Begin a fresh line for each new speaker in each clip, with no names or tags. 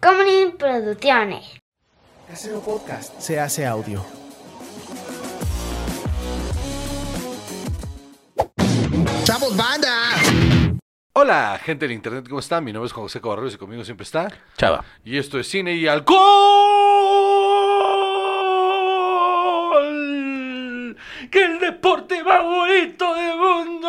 Comedy Producciones.
Casero Podcast se hace audio.
¡Chavos, banda!
Hola, gente del internet, ¿cómo están? Mi nombre es José Cabarrus y conmigo siempre está.
Chava.
Y esto es Cine y Alcohol. ¡Que el deporte más bonito del mundo!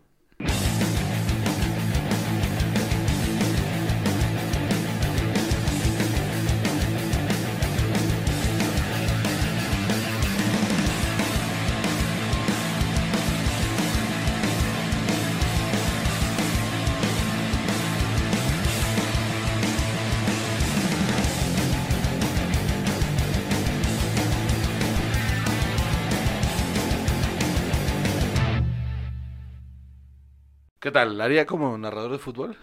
¿Qué tal? ¿La haría como narrador de fútbol?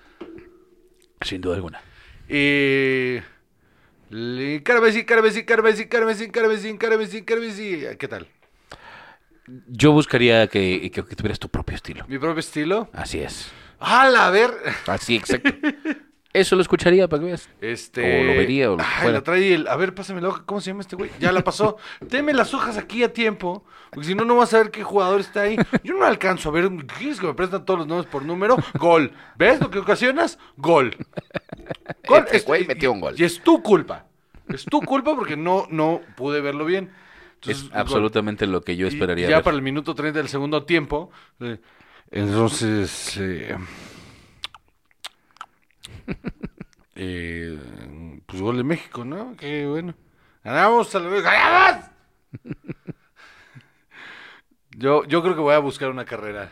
Sin duda alguna.
Y. Le- Carmesí, carmesí, carmesí, carmesí, carmesí, carmesí, carmesí. ¿Qué tal?
Yo buscaría que, que- que tuvieras tu propio estilo.
¿Mi propio estilo?
Así es.
¡Hala! Ah, A ver.
Así, exacto. Eso lo escucharía para que veas.
Este.
O lo vería, o lo que
Ay,
fuera.
la trae el- A ver, pásamelo. ¿Cómo se llama este güey? Ya la pasó. Teme las hojas aquí a tiempo. Porque si no, no vas a ver qué jugador está ahí. Yo no alcanzo a ver. ¿Qué es que me prestan todos los nombres por número? Gol. ¿Ves lo que ocasionas? Gol.
Este güey
y-
metió un gol.
Y es tu culpa. Es tu culpa porque no, no pude verlo bien. Entonces,
es
gol.
absolutamente lo que yo
Y-
esperaría.
y ya
ver.
para el minuto 30 del segundo tiempo. eh, Entonces. eh, eh, pues gol de México, ¿no? Qué bueno. ¡Ganamos! a la vez, ¡Ganamos! yo, yo creo que voy a buscar una carrera.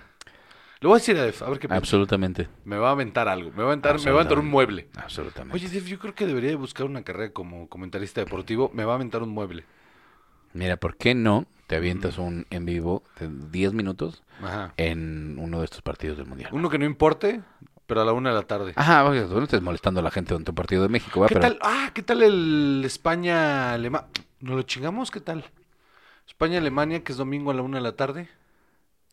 Lo voy a decir a Def, a ver qué piensa.
Absolutamente.
Me va a aventar algo. Me va a aventar, me va a aventar un
Absolutamente.
mueble.
Absolutamente.
Oye, Def, yo creo que debería de buscar una carrera como comentarista deportivo. Me va a aventar un mueble.
Mira, ¿por qué no te avientas un en vivo de 10 minutos
Ajá.
en uno de estos partidos del Mundial?
Uno que no importe, pero a la una de la tarde.
Ajá, oye, tú no estés molestando a la gente durante un partido de México, ¿va?
¿Qué
Pero
tal? Ah, ¿qué tal el España-Alemania? ¿Nos lo chingamos? ¿Qué tal? España-Alemania, que es domingo a la una de la tarde.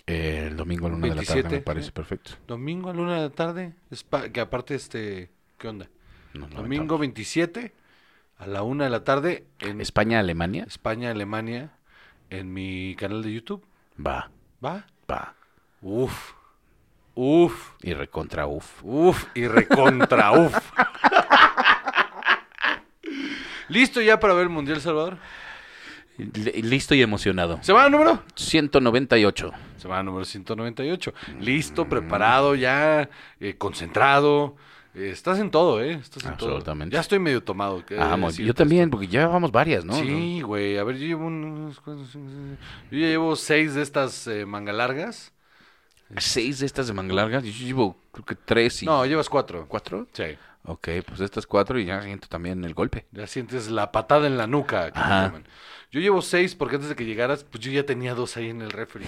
eh, el domingo a la una de la tarde
27,
me parece
sí.
perfecto.
Domingo a la una de la tarde. Espa- que aparte, este, ¿qué onda?
Nos lo
Domingo 27 a la una de la tarde en
aventamos. España-Alemania.
España-Alemania en mi canal de YouTube.
Va,
¿Va?
va.
Uf. Uf.
Y recontra uf.
Uf. Y recontra uf. ¿Listo ya para ver el Mundial Salvador?
L- listo y emocionado.
¿Semana número?
198.
Semana número 198. Listo, preparado, ya eh, concentrado. Eh, estás en todo, ¿eh? Estás en
Absolutamente.
todo. Ya estoy medio tomado. ¿qué
Ah, muy-
decirte?
yo también, porque ya vamos varias, ¿no?
Sí, güey. A ver, yo llevo unos... cuantos- Yo ya llevo seis de estas eh, manga largas.
Seis de estas de manga larga. Yo llevo, creo que tres y
No, llevas cuatro.
cuatro.
Sí.
Ok, pues estas cuatro y ya siento también el golpe.
Ya sientes la patada en la nuca. que le
Ajá.
llaman. Yo llevo seis porque antes de que llegaras, pues yo ya tenía dos ahí en el refri.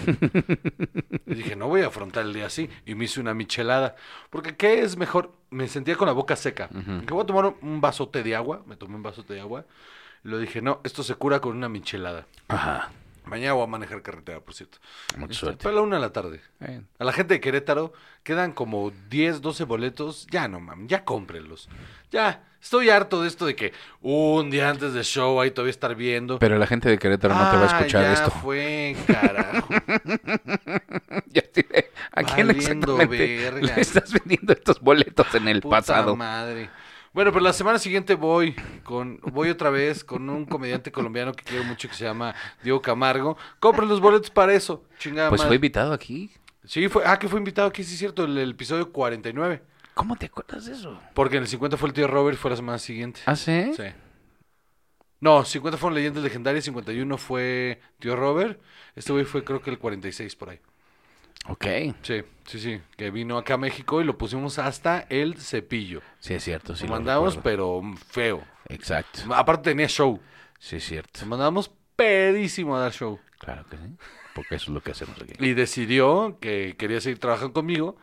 y dije, no voy a afrontar el día así. Y me hice una michelada. Porque, ¿qué es mejor? Me sentía con la boca seca. Que voy a tomar un vasote de agua. Me tomé un vasote de agua. Y lo dije, no, esto se cura con una michelada.
Ajá.
Mañana voy a manejar carretera, por cierto.
Mucha
Este,
suerte.
fue a la una de la tarde.
Eh,
A la gente de Querétaro quedan como 10, 12 boletos. Ya no, mami, ya cómprenlos. Ya, estoy harto de esto de que un día antes del show ahí todavía estar viendo.
Pero la gente de Querétaro no te va a
Ah,
escuchar
ya
esto.
fue, carajo.
Ya tiene- ¿A quién
Valiendo
exactamente
verga.
le estás vendiendo estos boletos en el
Puta
pasado?
madre. Bueno, pero la semana siguiente voy con voy otra vez con un comediante colombiano que quiero mucho que se llama Diego Camargo. Compren los boletos para eso. Chingada
Pues fue
madre.
invitado aquí.
Sí, fue, ah, que fue invitado aquí, sí es cierto, el, el episodio 49.
¿Cómo te acuerdas de eso?
Porque en el 50 fue el tío Robert, fue la semana siguiente.
¿Ah, sí?
Sí. No, 50 fueron leyendas legendarias, 51 fue Tío Robert. Este güey fue creo que el 46 por ahí.
Ok.
Sí, sí, sí. Que vino acá a México y lo pusimos hasta el cepillo.
Sí, es cierto. Sí,
lo
lo
mandamos,
recuerdo.
pero feo.
Exacto.
Aparte tenía show.
Sí, es
Lo
cierto.
mandamos pedísimo a dar show.
Claro que sí. Porque eso es lo que hacemos aquí.
Y decidió que quería seguir trabajando conmigo.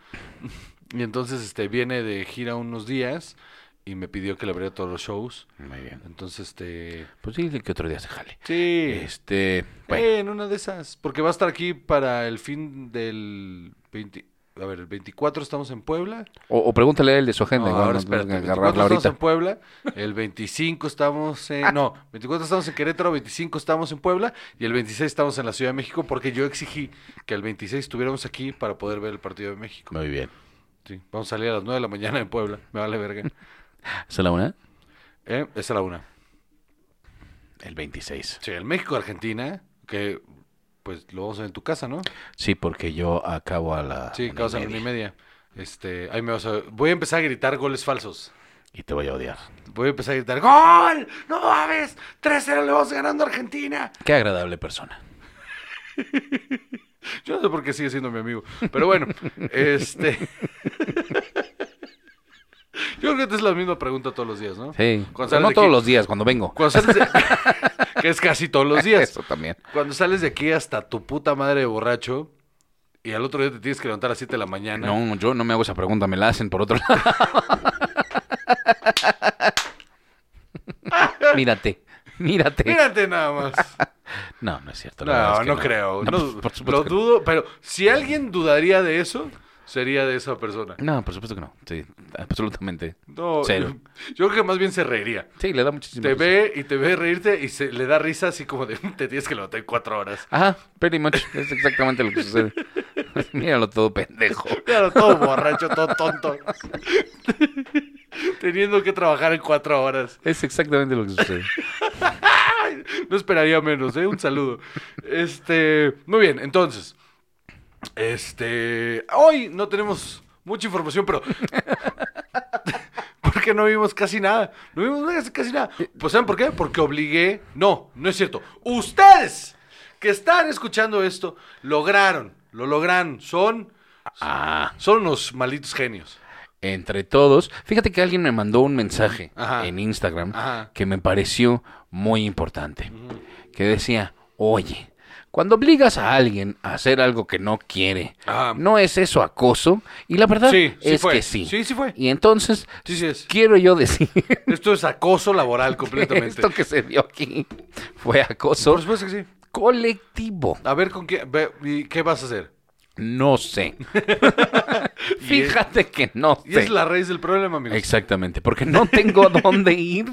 Y entonces este viene de gira unos días y me pidió que le abriera todos los shows.
Muy bien.
Entonces, este...
Pues sí, que otro día se jale.
Sí.
Este, bueno,
Eh, en una de esas. Porque va a estar aquí para el fin del 20 A ver, el 24 estamos en Puebla.
o, o pregúntale a él de su
No,
agenda. igual
ahora
no tengas
espérate.
que
24
agarrarla
estamos en
ahorita. Ah.
Puebla. El 25 estamos en. No, 24 estamos en Querétaro, 25 estamos en Puebla. Y el 26 estamos en la Ciudad de México. Porque yo exigí que el 26 estuviéramos aquí para poder ver el partido de México.
Muy bien.
Sí, vamos a salir a las 9 de la mañana en Puebla. Me vale verga.
¿Es a la una?
Eh, es a la una.
El 26.
Sí, el México-Argentina. Que pues lo vamos a ver en tu casa, ¿no?
Sí, porque yo acabo a la
Sí,
una y
causa una
media
y media. Este, ahí me vas a- Voy a empezar a gritar goles falsos.
y te voy a odiar.
Voy a empezar a gritar ¡Gol! ¡No mames! 3-0 le vamos ganando a Argentina.
Qué agradable persona.
Yo no sé por qué sigue siendo mi amigo. Pero bueno, este. Yo creo que esta es la misma pregunta todos los días, ¿no?
Sí.
Cuando
Pero
sales
no
de
todos
aquí-
los días, cuando vengo.
Cuando sales de- que es casi todos los días.
Eso también.
Cuando sales de aquí hasta tu puta madre de borracho y al otro día te tienes que levantar a las 7 de la mañana.
No, yo no me hago esa pregunta, me la hacen por otro lado. mírate, mírate.
Mírate nada más.
No, no es cierto. la verdad es
No,
que
no creo.
No,
No,
pues, por
lo
supuesto que no.
dudo, pero si alguien dudaría de eso, sería de esa persona.
No, por supuesto que no. Sí, absolutamente.
No,
Cero.
yo creo que más bien se reiría.
Sí, le da muchísimo.
Te ve y te ve reírte y se, le da risa así como de te tienes que levantar en cuatro horas.
Ajá, pretty much. Es exactamente lo que sucede. Míralo todo pendejo.
Claro, todo borracho, todo tonto. Teniendo que trabajar en cuatro horas.
Es exactamente lo que sucede.
No esperaría menos, ¿eh? Un saludo. Este. Muy bien, entonces. Este. Hoy no tenemos mucha información, pero. Porque no vimos casi nada. No vimos casi nada. Pues ¿saben por qué? Porque obligué. No, no es cierto. Ustedes que están escuchando esto lograron. Lo lograron. Son.
Ah,
Son unos malditos genios.
entre todos. Fíjate que alguien me mandó un mensaje
Ajá.
en Instagram
Ajá.
que me pareció muy importante. Que decía, oye, cuando obligas a alguien a hacer algo que no quiere,
Ajá.
¿no es eso acoso? Y la verdad
Sí, sí
es
fue.
que sí.
Sí, sí fue.
Y entonces,
Sí, sí es.
quiero yo decir
Esto es acoso laboral completamente.
esto que se dio aquí fue acoso
Por supuesto que sí.
colectivo.
A ver con qué. ve- ¿Y qué vas a hacer?
No sé. Fíjate que no sé.
Y es la raíz del problema, amigos.
Exactamente, porque no tengo a dónde ir.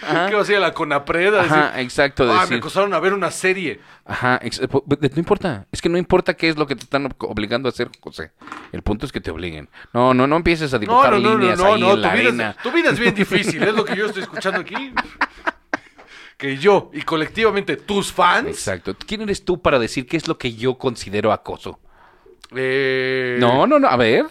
Ajá,
¿Qué va a ser la conapreda?
Ajá,
Decir,
exacto.
"Ah, me
decir-
acosaron a ver una serie.
Ajá, ex- eh, po- po- no importa. Es que no importa qué es lo que te están ob- obligando a hacer, José. El punto es que te obliguen. No, no, no empieces a
No,
dibujar
no, no, no,
líneas
no,
ahí
no.
en la
Tu vida,
arena.
es, tu vida es bien difícil, es lo que yo estoy escuchando aquí. Que yo y colectivamente tus fans.
Exacto. ¿Quién eres tú para decir qué es lo que yo considero acoso?
eh,
No, no, no. A ver,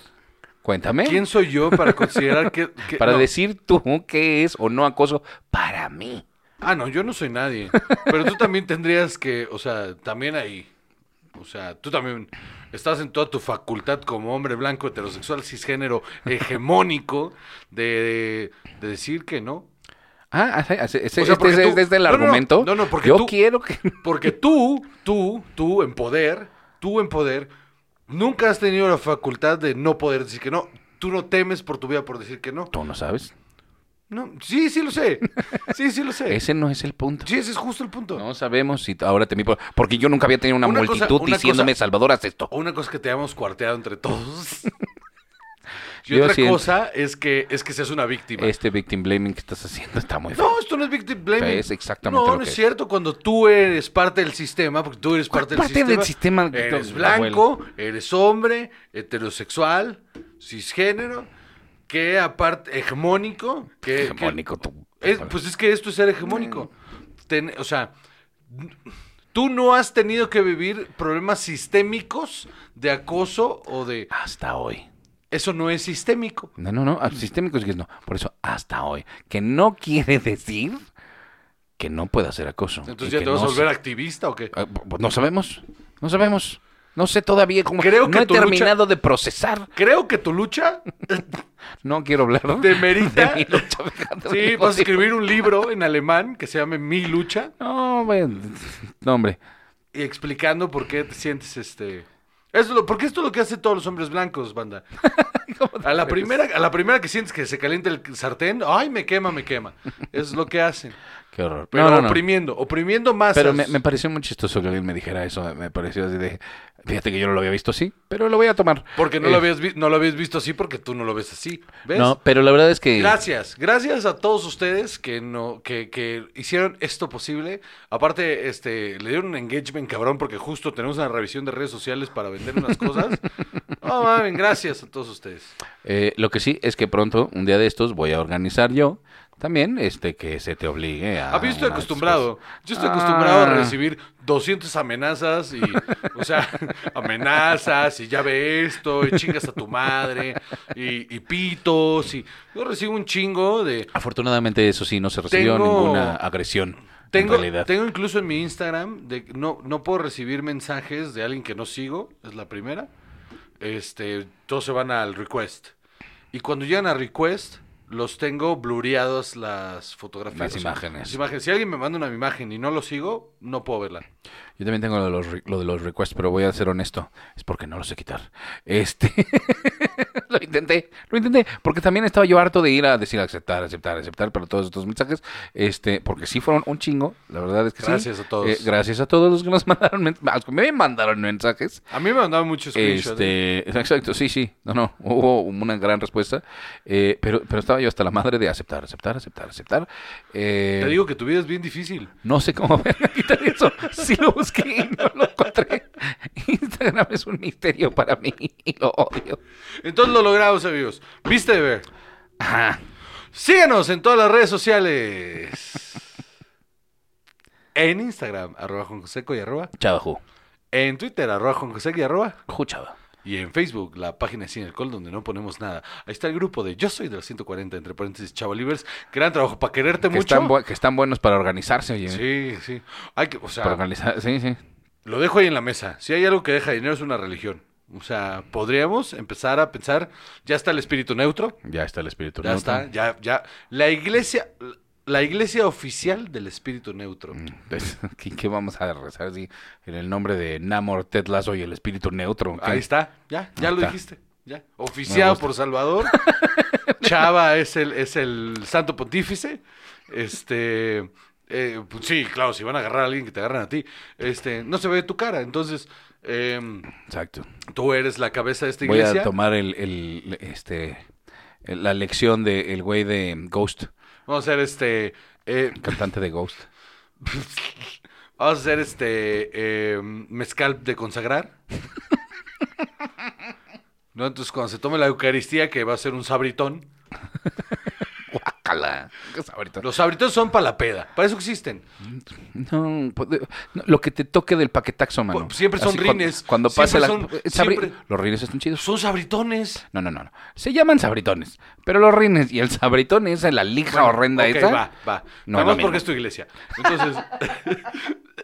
cuéntame.
¿Quién soy yo para considerar que. que-
para
no.
decir tú qué es o no acoso para mí.
Ah, no, yo no soy nadie. Pero tú también tendrías que. O sea, también ahí. O sea, tú también estás en toda tu facultad como hombre blanco, heterosexual, cisgénero, hegemónico, de- de decir que no.
Ah, ah, sí, ah, sí, ese-
O sea,
este
porque
es,
tú-
es desde el
no, no, no,
argumento.
no, no, porque
Yo
tú-
quiero que.
Porque tú, tú, tú en poder, tú en poder, nunca has tenido la facultad de no poder decir que no. Tú no temes por tu vida por decir que no.
Tú no sabes.
No, sí, sí lo sé. Sí, sí lo sé.
Ese no es el punto.
Sí, ese es justo el punto.
No sabemos si ahora temí por... Porque yo nunca había tenido una,
Una cosa-
multitud
una
diciéndome,
cosa-
Salvador, haz esto.
O Una cosa es que te hayamos cuarteado entre todos. Y
Yo
otra
siento-
cosa es que es que seas una víctima.
Este victim blaming que estás haciendo está muy feo.
No, esto no es victim blaming.
Es exactamente
No,
lo
no
que
es
es.
cierto. Cuando tú eres parte del sistema, porque tú eres
¿Cuál
parte,
parte del
del sistema.
sistema,
Eres
don
blanco, eres hombre, heterosexual, cisgénero, que aparte, hegemónico. Que,
Hegemónico,
que-
tú.
es- pues es que esto es ser hegemónico. Ten- o sea, n- tú no has tenido que vivir problemas sistémicos de acoso o de.
Hasta hoy.
Eso no es sistémico.
No, no, no. ah, Sistémico sí que no. Por eso, hasta hoy. Que no quiere decir que no pueda ser acoso. y
Entonces ya
que
te vas
no
a volver activista o qué.
Ah, pues No sabemos. No sabemos. No sé todavía cómo.
Creo que
no he
tu lucha-
terminado de procesar.
Creo que tu lucha
No quiero hablar
te merita.
mi lucha, fíjate,
Sí,
digo,
vas a escribir un libro en alemán que se llame Mi lucha
No, bueno, no, hombre.
y explicando por qué te sientes este. Eso es lo- porque esto es lo que hacen todos los hombres blancos, banda.
¿Cómo
A la,
te-
primera, a la primera que sientes que se calienta el sartén, ay, me quema, me quema. Es lo que hacen.
Qué horror.
Pero
No, no, no.
oprimiendo, oprimiendo más.
Pero me, me pareció muy chistoso que alguien me dijera eso. Me pareció así de. Fíjate que yo no lo había visto así, pero lo voy a tomar.
Porque no,
Eh,
lo habías vi- no lo habías visto así porque tú no lo ves así. ¿Ves?
No, pero la verdad es que.
Gracias, gracias a todos ustedes que no, que, que hicieron esto posible. Aparte, este, le dieron un engagement cabrón porque justo tenemos una revisión de redes sociales para vender unas cosas. No mames, gracias a todos ustedes.
Eh, lo que sí es que pronto, un día de estos, voy a organizar yo también este que se te obligue a. pues.
A mí estoy
unas
acostumbrado.
cosas.
Yo estoy acostumbrado a
Ah.
recibir 200 amenazas y, o sea, amenazas y ya ve esto y chingas a tu madre y, y pitos y yo recibo un chingo de...
Afortunadamente, eso sí, no se recibió
Tengo-
ninguna agresión.
Tengo,
en realidad.
tengo incluso en mi Instagram, de, no, no puedo recibir mensajes de alguien que no sigo, es la primera. Este, todos se van al request. Y cuando llegan a request, los tengo blureados las fotografías.
Las
o sea,
imágenes.
las imágenes. Si alguien me manda una imagen y no lo sigo, no puedo verla.
Yo también tengo lo de, los, re- lo de los requests, pero voy a ser honesto. Es porque no lo sé quitar. Este. lo intenté, lo intenté. Porque también estaba yo harto de ir a decir aceptar, aceptar, aceptar para todos estos mensajes. Este, porque sí fueron un chingo. La verdad es que sí. Eh,
Gracias a todos.
gracias a todos los que nos mandaron mens- a los que me mandaron mensajes.
A mí me mandaban muchos screenshots.
Este, exacto, sí, sí. No, no, hubo una gran respuesta. Eh, pero, pero estaba yo hasta la madre de aceptar, aceptar, aceptar, aceptar. Eh,
Te digo que tu vida es bien difícil.
no sé cómo voy a quitar eso. Sí lo busqué y no lo encontré. Instagram es un misterio para mí y lo odio.
Entonces lo logramos, amigos. ¿Viste de ver?
Ajá.
Síguenos en todas las redes sociales. En Instagram, arroba Jonjoseco y arroba.
Chava Ju.
En Twitter, arroba Jonjoseco y arroba.
Ju Chava.
Y en Facebook, la página de Cine Alcohol, donde no ponemos nada. Ahí está el grupo de Yo Soy de los 140, entre paréntesis, chavalivers. Gran trabajo para quererte
Que
mucho.
están, bu- que están buenos para organizarse, oye.
sí, sí. Hay que, o sea,
Para organizar, sí, sí.
Lo dejo ahí en la mesa. Si hay algo que deja dinero es una religión. O sea, podríamos empezar a pensar, ya está el espíritu neutro,
Ya está el espíritu.
ya
neutro.
está, ya, ya. La iglesia, la iglesia oficial del espíritu neutro.
Pues, ¿Qué, qué vamos a rezar así? En el nombre de Namor, Ted Lasso y el espíritu neutro. ¿qué?
Ahí está, ya, ya
Ahí
lo
está.
dijiste. Ya. Oficiado por Salvador. Chava es el, es el santo pontífice. Este. eh, pues sí, claro, si van a agarrar a alguien que te agarran a ti, este, no se ve tu cara. Entonces, em,
Exacto.
tú eres la cabeza de esta
Voy
iglesia.
a tomar el, el- este, el- la lección del el güey de Ghost,
Vamos a hacer este. eh,
cantante de Ghost.
vamos a hacer este. eh, mezcal de consagrar. ¿No? Entonces, cuando se tome la Eucaristía, que va a ser un sabritón.
Guácala. ¿Qué es ahorita?
Los sabritos son para la peda. Para eso existen.
No, puede- no, lo que te toque del paquetaxo, mano.
Pues, siempre son
cuan-
rines.
Cuando,
Siempre
pase la...
son-
eh, sabri-
siempre-
Los rines están chidos.
Son sabritones.
No, no, no, no. Se llaman sabritones. Pero los rines y el sabritón esa, la lija
Bueno,
horrenda
ok,
esa...
Va, va.
No
Nada más
es lo
porque
mismo.
es tu iglesia. Entonces,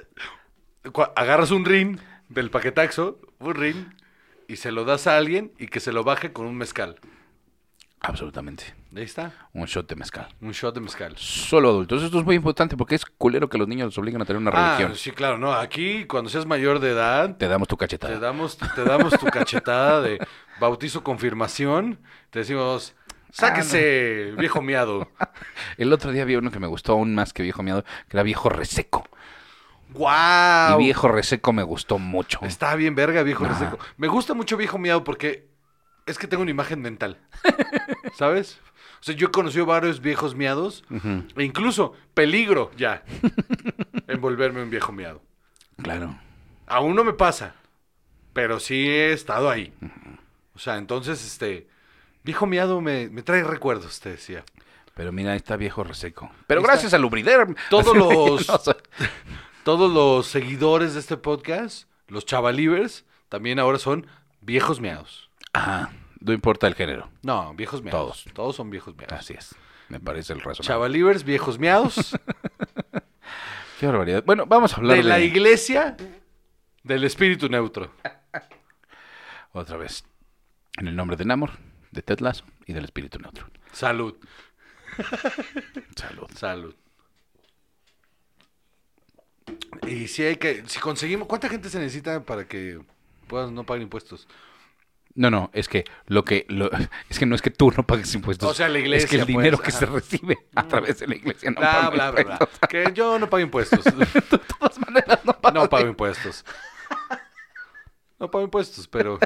cua- agarras un rin del paquetaxo, un rin, y se lo das a alguien y que se lo baje con un mezcal.
Absolutamente.
Ahí está.
Un shot de mezcal.
Un shot de mezcal.
Solo adultos. Esto es muy importante porque es culero que los niños los obligan a tener una
Ah,
religión.
sí, claro, no. Aquí, cuando seas mayor de edad,
Te damos tu
te
cachetada.
damos, te damos tu cachetada de bautizo confirmación. Te decimos,
Ah,
sáquese, viejo miado.
El otro día vi uno que me gustó aún más que viejo miado, que era viejo reseco.
¡Guau!
Y viejo reseco me gustó mucho.
Está bien verga, viejo
Ajá.
reseco. Me gusta mucho viejo miado porque es que tengo una imagen mental. ¿Sabes? O sea, yo he conocido varios viejos miados. E incluso peligro ya en volverme un viejo miado.
Claro.
Aún no me pasa, pero sí he estado ahí. O sea, entonces, este, viejo miado me, me trae recuerdos, te decía.
Pero mira, ahí está viejo reseco. Pero
Ahí
gracias
está.
al lubrider.
Todos los-
No sé.
Todos los seguidores de este podcast, los chavalivers, también ahora son viejos miados.
Ajá. No importa el género.
No, viejos miados.
Todos.
Todos son viejos miados.
Así es. Me parece el razonable.
Chavalivers, viejos miados,
Qué barbaridad. Bueno, vamos a hablar
de
de,
la iglesia, del espíritu neutro.
otra vez. En el nombre de Namor, de Ted Lasso y del espíritu neutro.
Salud,
Salud.
salud. Y si hay que, si conseguimos, ¿cuánta gente se necesita para que puedas no pagar impuestos?
No, no, es que lo que lo- es que no es que tú no pagues impuestos.
O sea, la
Es que el
iglesia,
dinero
pues,
que
ajá.
se recibe a través de la iglesia no
bla,
paga
bla, bla, bla.
impuestos.
Que yo no pago impuestos.
De todas maneras no paga.
No pago impuestos. No pago impuestos, pero.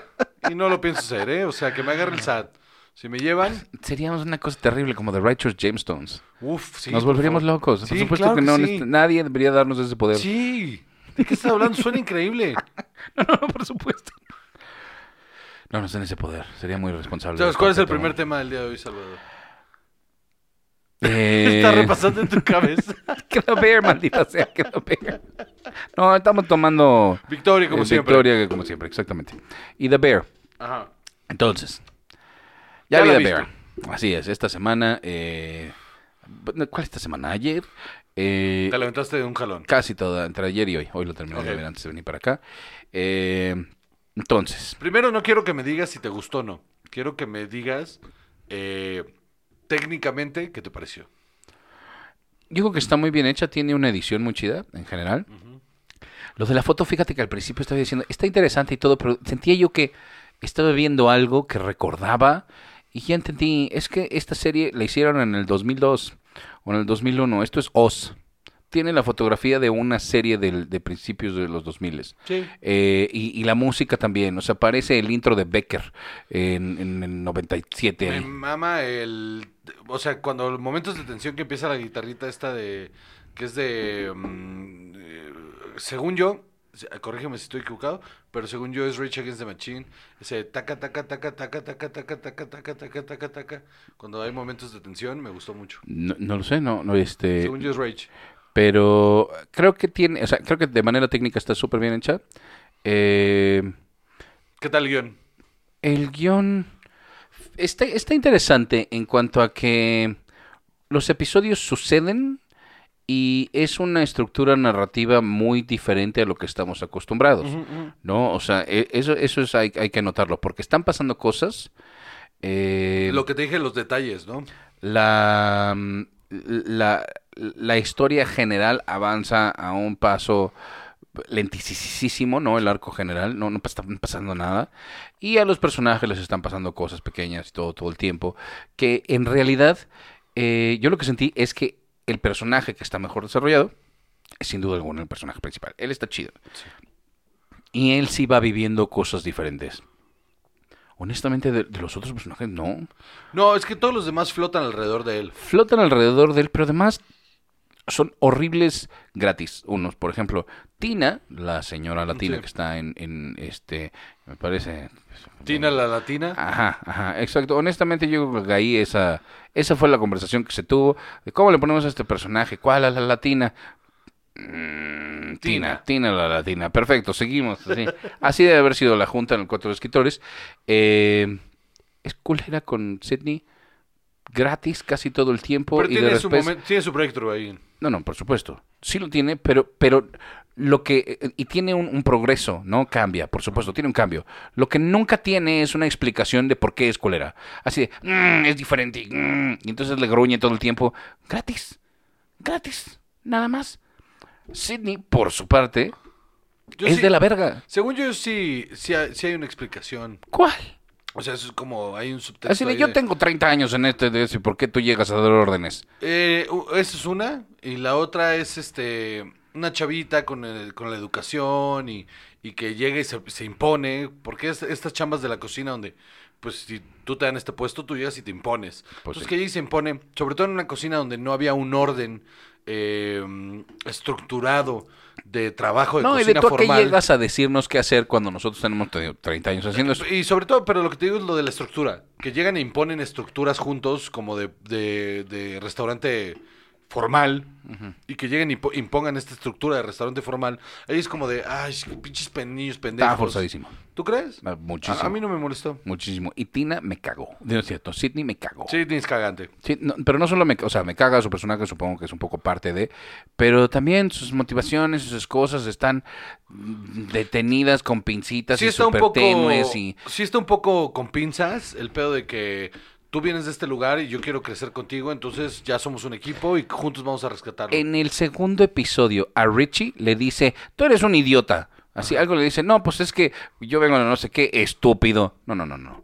Y no lo pienso hacer, ¿eh? O sea, que me agarre el SAT. Si me llevan,
Seríamos una cosa terrible como The Righteous Jamestones.
uff, sí.
Nos
por
volveríamos
favor.
locos. por
Sí,
supuesto
claro
que no,
sí.
nece- nadie debería darnos ese poder.
Sí. ¿De qué estás hablando? Suena increíble.
No, no, por supuesto. No nos den ese poder. Sería muy irresponsable.
¿Sabes cuál es el primer
Completamente.
tema del día de hoy, Salvador?
Eh,
Está repasando en tu cabeza.
Que lo vea, maldita sea, que lo vea. No, estamos tomando
Victoria, como
eh,
siempre.
Victoria, como siempre, exactamente. Y The Bear.
Ajá.
Entonces, ya,
Ya
vi
la
The Bear. Así es, esta semana. eh, ¿Cuál esta semana? Ayer. eh,
Te levantaste de un jalón.
casi toda, entre ayer y hoy. Hoy lo terminé de
Ok.
ver antes de venir para acá. Eh, entonces,
Primero, no quiero que me digas si te gustó o no. Quiero que me digas eh, técnicamente qué te pareció.
yo creo que está muy bien hecha, tiene una edición muy chida en general. Lo de la foto, fíjate que al principio estaba diciendo, está interesante y todo, pero sentía yo que estaba viendo algo que recordaba y ya entendí, es que esta serie la hicieron en el 2002 o en el 2001, esto es Oz. Tiene la fotografía de una serie del- de principios de los 2000.
Sí.
Eh, y, y la música también, o sea, parece el intro de Becker en, en el 97.
Me
ahí.
mama el. O sea, cuando los momentos de tensión que empieza la guitarrita esta de. que es de. mm, eh, según yo. se- Corrígeme si estoy equivocado, pero según yo es Rage Against the Machine. Ese taca, taca, taca, taca, taca, taca, taca, taca, taca, taca, taca. Cuando hay momentos de tensión, me gustó mucho.
No, no lo sé, no, no, este...
Según yo es Rage.
Pero creo que tiene, o sea, creo que de manera técnica está súper bien hecha. Eh,
¿Qué tal el guión?
el guión está, está interesante en cuanto a que los episodios suceden y es una estructura narrativa muy diferente a lo que estamos acostumbrados. ¿No? O sea, e- eso, eso es, hay, hay que anotarlo, porque están pasando cosas. eh,
Lo que te dije, los detalles, ¿no?
la, mm, la, la historia general avanza a un paso lentísimo, ¿no? El arco general, no, no pa- está pasando nada. Y a los personajes les están pasando cosas pequeñas y todo, todo el tiempo. Que en realidad, eh, yo lo que sentí es que el personaje que está mejor desarrollado es sin duda alguna el personaje principal. Él está chido. Y él sí va viviendo cosas diferentes. Honestamente, de- de los otros personajes, no
No, es que todos los demás flotan alrededor de él.
flotan alrededor de él, pero además son horribles gratis. Unos, por ejemplo, Tina, la señora latina
Sí.
que está en, en este, me parece. pues, Mm.
Tina la latina.
Ajá, ajá, exacto. Honestamente, yo creo que ahí esa, esa fue la conversación que se tuvo. De cómo le ponemos a este personaje, cuál es la latina. Mm, Tina,
Tina.
Tina la latina. Perfecto, seguimos. Así, así debe haber sido la junta en el Cuatro de Escritores. Eh, es culera con Sidney. Gratis casi todo el tiempo.
Pero
y de
tiene su,
repente-
momen- tiene su breakthrough ahí.
no, no, por supuesto. Sí lo tiene, pero, pero lo que. eh, Y tiene un, un progreso, ¿no? Cambia, por supuesto, tiene un cambio. Lo que nunca tiene es una explicación de por qué es cólera. Así de, "Mm, es diferente. y, mm", y entonces le gruñe todo el tiempo. Gratis. Gratis. Nada más. Sidney, por su parte,
Yo
es
sí-
de la verga.
Según yo, sí, sí, hay- sí hay una explicación.
¿Cuál?
O sea, eso es como hay un subtexto.
Así de,
ahí
yo
de-
tengo 30 años en este de ese, ¿por qué tú llegas a dar órdenes?
Eh, u- esa es una. Y la otra es este una chavita con, el- con la educación y, y que llega y se, se impone. Porque es- estas chambas de la cocina donde, pues, si tú te dan este puesto, tú llegas y te impones.
Pues
Entonces,
sí.
que llega y se impone, sobre todo en una cocina donde no había un orden eh, estructurado de trabajo de
No, y
cocina
de tú a qué
formal.
llegas a decirnos qué hacer cuando nosotros tenemos te digo, 30 años haciendo eso.
Y sobre todo, pero lo que te digo es lo de la estructura. Que llegan e imponen estructuras juntos, como de, de- de restaurante formal. Y que lleguen y po- impongan esta estructura de restaurante formal. Ahí es como de, ay, pinches pe- niños pendejos.
Estaba forzadísimo.
¿Tú crees?
Ah, Muchísimo.
A, a mí no me molestó.
Muchísimo. Y Tina me cagó. No es cierto, Sidney me cagó.
Sí, tienes cagante.
Sí, no, pero no solo me, o sea, me caga su personaje, supongo que es un poco parte de, pero también sus motivaciones, sus cosas están mm, detenidas con pincitas
Sí
y
está un
súper
poco.
tenues y
Sí está un poco con pinzas el pedo de que. Tú vienes de este lugar y yo quiero crecer contigo, entonces ya somos un equipo y juntos vamos a rescatarlo.
en el segundo episodio a Richie le dice, "Tú eres un idiota." Así algo le dice, no, pues es que yo vengo de no sé qué, estúpido. No, no, no, no.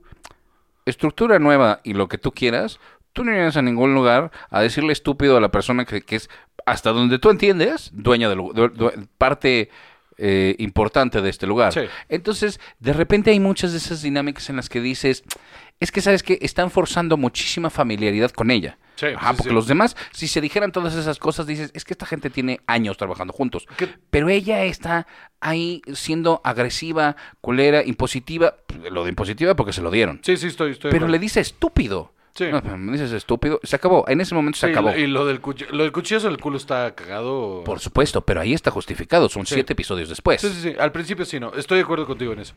Estructura nueva y lo que tú quieras, tú no vienes a ningún lugar a decirle estúpido a la persona que, que es, hasta donde tú entiendes, dueña de, lu- du- du- parte eh, importante de este lugar.
Sí.
Entonces, de repente hay muchas de esas dinámicas en las que dices, es que sabes que están forzando muchísima familiaridad con ella.
Sí,
Ajá,
sí,
porque
sí.
los demás, si se dijeran todas esas cosas, dices, es que esta gente tiene años trabajando juntos.
¿Qué-
Pero ella está ahí siendo agresiva, culera, impositiva. Lo de impositiva porque se lo dieron.
Sí, sí, estoy, estoy. de
Pero
acuerdo.
le dice estúpido.
Sí.
No, me dices estúpido. Se acabó. En ese momento se
Sí,
acabó.
Y lo del, cuch- lo del cuchillazo en el culo está cagado.
Por supuesto, pero ahí está justificado. Son
Sí.
siete episodios después.
Sí, sí, sí. Al principio sí, no. Estoy de acuerdo contigo en eso.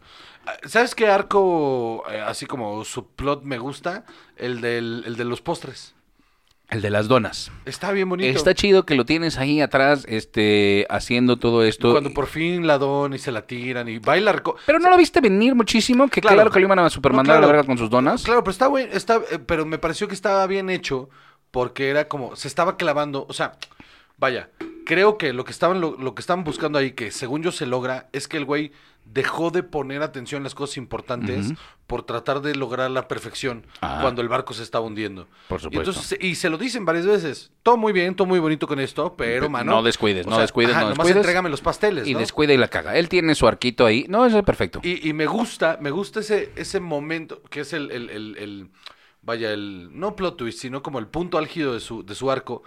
Ah, ¿Sabes qué arco, eh, así como su plot me gusta? El, del, el de los postres.
El de las donas.
Está bien bonito.
Está chido que lo tienes ahí atrás, este, haciendo todo esto.
Cuando por fin la don y se la tiran y baila. arco-
Pero no lo viste venir muchísimo, que claro,
Claro.
que lo iban a supermandar
No, claro.
a la verga con sus donas.
Claro, pero está buen- está, eh, pero me pareció que estaba bien hecho porque era como se estaba clavando, o sea, vaya, creo que lo que estaban lo, lo que estaban buscando ahí que según yo se logra es que el güey dejó de poner atención en las cosas importantes por tratar de lograr la perfección
Ah.
cuando el barco se estaba hundiendo.
Por
Y
supuesto.
entonces, y se lo dicen varias veces. Todo muy bien, todo muy bonito con esto, pero
Pe-
mano,
no descuides,
o
no descuides, no
nomás
descuides.
entrégame los pasteles,
Y
¿no?
descuida y la caga. Él tiene su arquito ahí. No, eso es perfecto.
Y, y me gusta, me gusta ese, ese momento que es el, el- el- el- vaya, el, no plot twist, sino como el punto álgido de su, de su arco,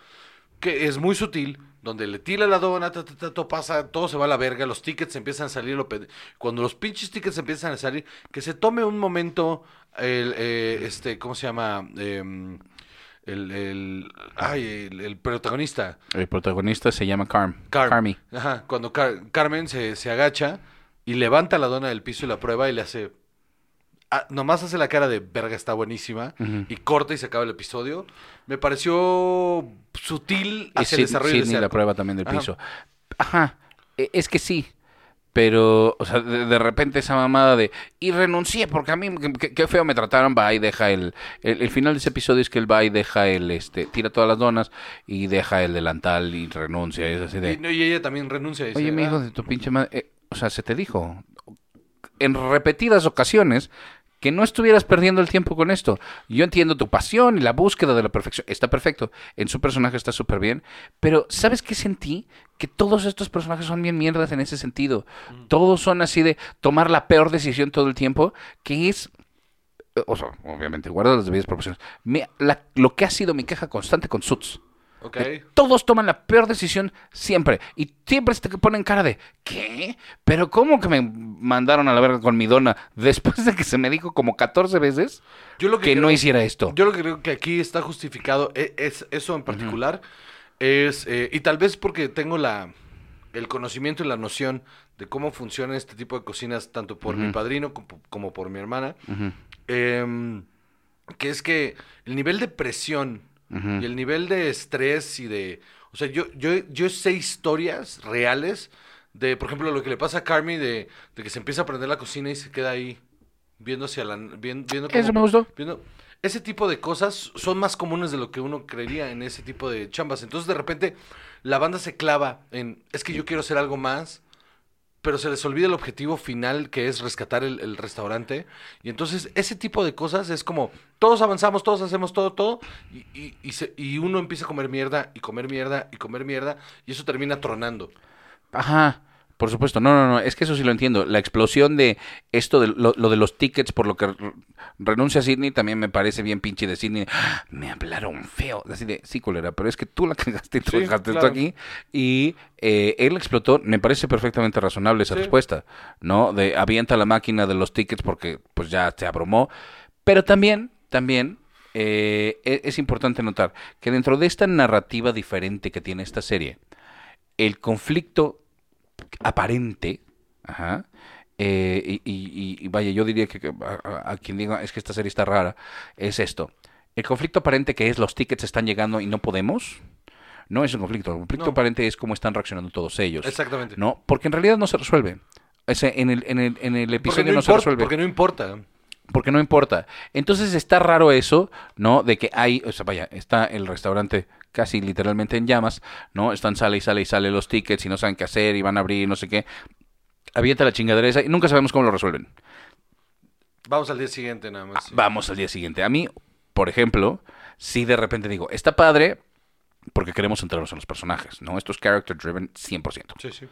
que es muy sutil, donde le tira la dona, ta, ta, ta, todo pasa, todo se va a la verga, los tickets empiezan a salir, lo pende- cuando los pinches tickets empiezan a salir, que se tome un momento, el, eh, este, ¿cómo se llama? Em, el, el- ay, el- el protagonista.
El protagonista se llama Carm.
Carm.
Carmi.
Ajá, cuando Car- Carmen se, se agacha y levanta la dona del piso y la prueba y le hace... ah, nomás hace la cara de verga, está buenísima. Y corta y se acaba el episodio. Me pareció sutil
Y
hacia
Sid-
el desarrollo de
Sidney
ese
la
arco.
prueba también del
Ajá.
piso. Ajá. E- Es que sí. Pero, o sea, de, de repente esa mamada de. Y renuncié porque a mí, que- que- qué feo me trataron. Va y deja el, el. el final de ese episodio es que él va y deja el. este Tira todas las donas y deja el delantal y renuncia. Es así de.
Y, no, y ella también renuncia. y dice,
Oye, mi hijo
"Ah,
de tu pinche madre. eh, o sea, se te dijo en repetidas ocasiones que no estuvieras perdiendo el tiempo con esto. Yo entiendo tu pasión y la búsqueda de la perfección. Está perfecto. En su personaje está súper bien. Pero, ¿sabes qué sentí? Que todos estos personajes son bien mierdas en ese sentido. Todos son así de tomar la peor decisión todo el tiempo, que es eh, o sea, obviamente, guarda las debidas proporciones. Mi- la- lo que ha sido mi queja constante con Suits.
ok".
Eh, Todos toman la peor decisión siempre. Y siempre se te ponen cara de, ¿qué? ¿Pero cómo que me mandaron a la verga con mi dona después de que se me dijo como 14 veces
Yo lo
que
creo-
no hiciera esto?
Yo lo que creo que aquí está justificado, e- es, eso en particular, es, eh, y tal vez porque tengo la, el conocimiento y la noción de cómo funcionan este tipo de cocinas, tanto por mi padrino como, como por mi hermana, em, que es que el nivel de presión y el nivel de estrés y de... O sea, yo, yo, yo sé historias reales de, por ejemplo, lo que le pasa a Carmi de, de que se empieza a aprender la cocina y se queda ahí viendo hacia la... Viendo, viendo
Eso
cómo-
me gustó.
viendo- ese tipo de cosas son más comunes de lo que uno creería en ese tipo de chambas. Entonces, de repente, la banda se clava en, es que yo quiero hacer algo más, pero se les olvida el objetivo final, que es rescatar el, el restaurante. Y entonces, ese tipo de cosas es como, todos avanzamos, todos hacemos todo, todo, y, y- y se- y uno empieza a comer mierda, y comer mierda, y comer mierda, y eso termina tronando.
Ajá. Por supuesto, no, no, no, es que eso sí lo entiendo. La explosión de esto, de lo, lo de los tickets por lo que r- renuncia Sidney, también me parece bien pinche de Sidney. ¡Ah! Me hablaron feo. Así de, sí, culera, pero es que tú la cagaste y tú
Sí,
dejaste esto
claro.
aquí. Y eh, él explotó, me parece perfectamente razonable esa
Sí.
respuesta, ¿no? De avienta la máquina de los tickets porque pues ya se abrumó. Pero también, también, eh, e- es importante notar que dentro de esta narrativa diferente que tiene esta serie, el conflicto aparente, ajá, eh, y, y- y- y vaya, yo diría que que a, a- a quien diga es que esta serie está rara, es esto. El conflicto aparente que es los tickets están llegando y no podemos, no es un conflicto. El conflicto
No.
aparente es cómo están reaccionando todos ellos.
Exactamente.
Pues, ¿No? Porque en realidad no se resuelve. O sea, en el, en el, en el
Porque
episodio
no,
no, se
importa-
resuelve
porque no importa.
porque no importa. Entonces está raro eso, ¿no? De que hay, o sea, vaya, está el restaurante casi literalmente en llamas, ¿no? Están sale y sale y sale los tickets y no saben qué hacer y van a abrir y no sé qué. avienta la chingadera esa y nunca sabemos cómo lo resuelven.
Vamos al día siguiente nada más. Pues sí.
Vamos al día siguiente. A mí, por ejemplo, si de repente digo, está padre porque queremos centrarnos en los personajes, ¿no? Esto es character driven 100%.
Sí, sí.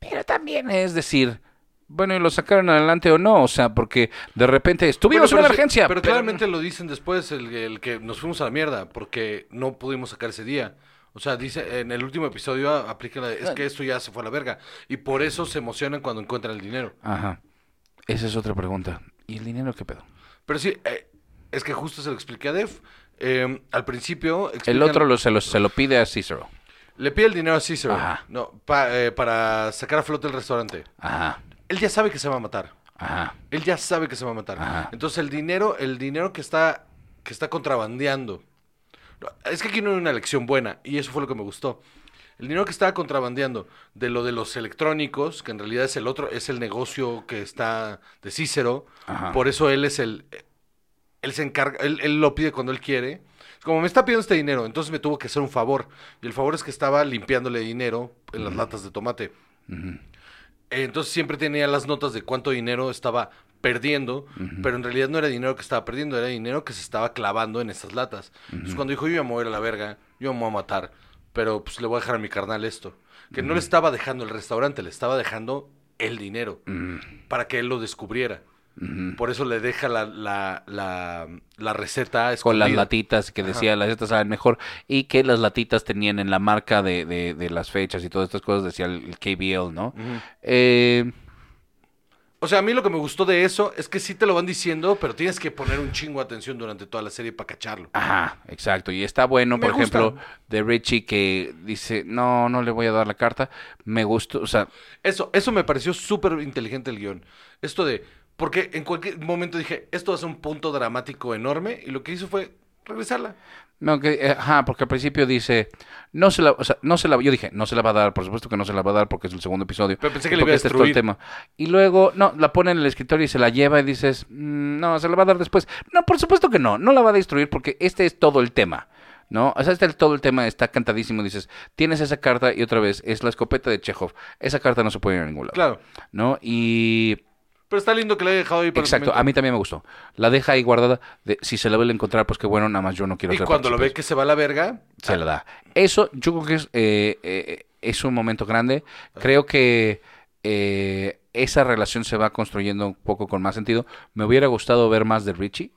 Pero también es decir, bueno, ¿y lo sacaron adelante o no? O sea, porque de repente estuvimos
Bueno,
en una
pero sí,
emergencia.
Pero claramente lo dicen después, el, el que nos fuimos a la mierda, porque no pudimos sacar ese día. O sea, dice, en el último episodio ah, aplica la de, es que esto ya se fue a la verga. Y por eso se emocionan cuando encuentran el dinero.
Ajá. Esa es otra pregunta. ¿Y el dinero qué pedo?
Pero sí, eh, es que justo se lo expliqué a Def. Eh, al principio...
El
explican-
otro lo- se, lo, se lo pide a Cicero.
Le pide el dinero a Cicero
Ajá.
no, pa- eh, para sacar a flote el restaurante.
Ajá.
Él ya sabe que se va a matar.
Ajá.
Él ya sabe que se va a matar.
Ajá.
Entonces el dinero, el dinero que está, que está contrabandeando. No, Es que aquí no hay una elección buena, y eso fue lo que me gustó. El dinero que estaba contrabandeando de lo de los electrónicos, que en realidad es el otro, es el negocio que está de Cícero.
Ajá.
Por eso él es el. Él se encarga, él, él lo pide cuando él quiere. Como me está pidiendo este dinero, entonces me tuvo que hacer un favor. Y el favor es que estaba limpiándole dinero en las latas de tomate. Eh, Entonces siempre tenía las notas de cuánto dinero estaba perdiendo, pero en realidad no era dinero que estaba perdiendo, era dinero que se estaba clavando en esas latas. Entonces cuando dijo, yo ya me voy a ir a la verga, yo me voy a matar, pero pues le voy a dejar a mi carnal esto. Que no le estaba dejando el restaurante, le estaba dejando el dinero
Mm.
para que él lo descubriera. Por eso le deja la, la, la, la receta
Con
escondida.
las latitas que decía, las estas saben mejor. Y que las latitas tenían en la marca de, de- de las fechas y todas estas cosas, decía el, el KBL, ¿no? Eh,
O sea, a mí lo que me gustó de eso es que sí te lo van diciendo, pero tienes que poner un chingo de atención durante toda la serie para cacharlo.
Ajá, exacto. Y está bueno,
Me
por
gusta.
ejemplo, de Richie que dice, no, no le voy a dar la carta. Me gustó, o sea,
Eso, eso me pareció súper inteligente el guión. Esto de, porque en cualquier momento dije, esto es un punto dramático enorme, y lo que hizo fue regresarla.
no, que, eh, ajá, porque al principio dice, no se la, o sea, no se la, yo dije, no se la va a dar, por supuesto que no se la va a dar porque es el segundo episodio.
Pero pensé
y
que le
porque
iba a
este es todo el
destruir.
tema. Y luego, no, la pone en el escritorio y se la lleva y dices, "Mm, no, se la va a dar después. No, por supuesto que no, no la va a destruir porque este es todo el tema. ¿No? O sea, este, todo el tema está cantadísimo. Dices, tienes esa carta y otra vez, es la escopeta de Chekhov. Esa carta no se puede ir a ningún lado.
Claro.
¿No? Y
Pero está lindo que la haya dejado ahí para el
Exacto,
momento.
a mí también me gustó. La deja ahí guardada. de, si se la vuelve a encontrar, pues qué bueno, nada más yo no quiero
Y
ser
cuando lo ve
partícipe.
que se va a la verga,
Se la da. Eso yo creo que es, eh, eh, es un momento grande. Creo que eh, esa relación se va construyendo un poco con más sentido. Me hubiera gustado ver más de Richie.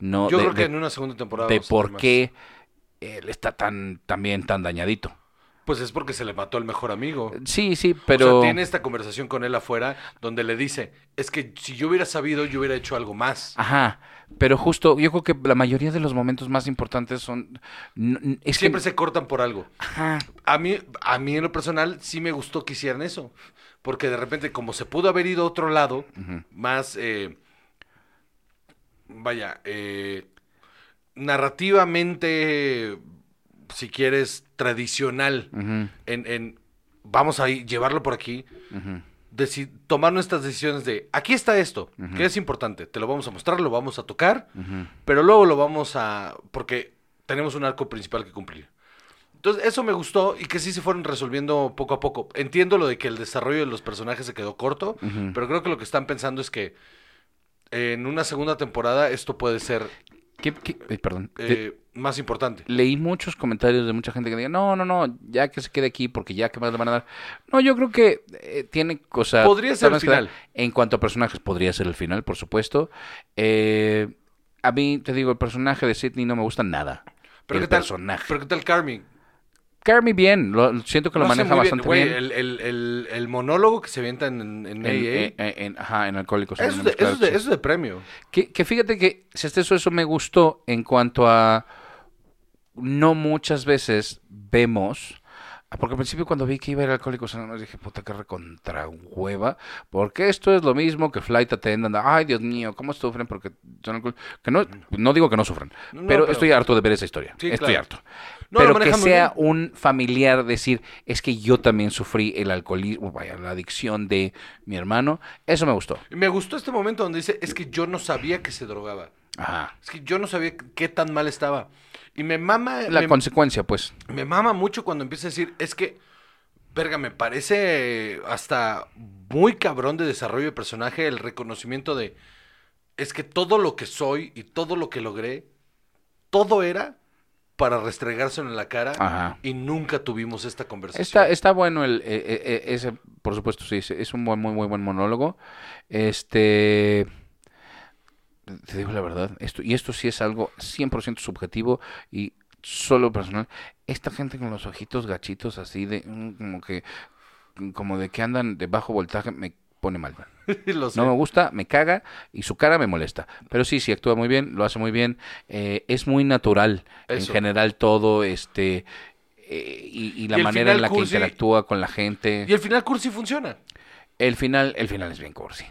No,
yo
de,
creo que
de-
en una segunda temporada.
de
vamos a
por
ver más.
qué él está tan también tan dañadito.
Pues es porque se le mató al mejor amigo.
Sí, sí, pero...
O sea, tiene esta conversación con él afuera donde le dice, es que si yo hubiera sabido, yo hubiera hecho algo más.
Ajá, pero justo yo creo que la mayoría de los momentos más importantes son... n- n- Es
Siempre
que...
se cortan por algo.
Ajá.
A mí, a mí en lo personal sí me gustó que hicieran eso. Porque de repente, como se pudo haber ido a otro lado, más, eh, vaya, eh, narrativamente, si quieres, tradicional,
Ujú.
en, en vamos a ir- llevarlo por aquí, deci- tomar nuestras decisiones de, aquí está esto, que es importante, te lo vamos a mostrar, lo vamos a tocar, pero luego lo vamos a, porque tenemos un arco principal que cumplir. Entonces, eso me gustó y que sí se fueron resolviendo poco a poco. Entiendo lo de que el desarrollo de los personajes se quedó corto, pero creo que lo que están pensando es que en una segunda temporada esto puede ser
¿Qué- qué- ay, perdón.
eh, más importante.
Leí muchos comentarios de mucha gente que diga, no, no, no, ya que se quede aquí porque ya que más le van a dar. No, yo creo que eh, tiene cosas...
Podría ser el final.
En cuanto a personajes, podría ser el final, por supuesto. Eh, a mí, te digo, el personaje de Sidney no me gusta nada.
Pero
el
¿qué tal,
personaje.
Pero ¿qué tal Carmen?
Carmi bien, lo, siento que lo,
Lo hace
maneja
muy bien,
bastante
güey,
bien.
El, el- el- el monólogo que se avienta en, en, en
En- eh,
AA,
en- en- en- ajá, en Alcohólicos
E eso, es de,
Anónimos,
eso
claro
es de-
que sí.
eso es de premio.
Que, que fíjate que, si hasta eso, eso me gustó en cuanto a no muchas veces vemos, ah, porque al principio cuando vi que iba a ir a Alcohólicos Anónimos dije, puta, qué recontra hueva, porque esto es lo mismo que Flight Attendant, ay Dios mío, cómo sufren porque son alcohol- que no, no digo que no sufren,
No,
pero,
pero-
estoy harto de ver esa historia,
Sí,
estoy
claro.
harto.
No, lo
pero que
maneja muy
sea un familiar decir, es que yo también sufrí el alcoholismo, vaya, la adicción de mi hermano, eso me gustó.
Y Me gustó este momento donde dice, es que yo no sabía que se drogaba.
Ajá.
Es que yo no sabía qué tan mal estaba. Y me mama,
La
me,
consecuencia, pues.
me mama mucho cuando empieza a decir, es que Verga, me parece hasta muy cabrón de desarrollo de personaje el reconocimiento de. Es que todo lo que soy y todo lo que logré, todo era para restregárselo en la cara
Ajá.
y nunca tuvimos esta conversación.
Está, está bueno el, eh, eh, eh, ese, por supuesto, sí, sí, es un buen, muy, muy buen monólogo. Este, te digo la verdad, esto, y esto sí es algo 100% subjetivo y solo personal. Esta gente con los ojitos gachitos así de, mm, como que, como de que andan de bajo voltaje, me pone mal.
Lo sé.
No me gusta, me caga y su cara me molesta. Pero sí, sí, actúa muy bien, lo hace muy bien. eh, es muy natural
Eso.
en general todo, este eh, y, y la
Y el
manera
final
en la que
cursi-
interactúa con la gente.
Y al final Cursi funciona.
El final, el final es bien cursi.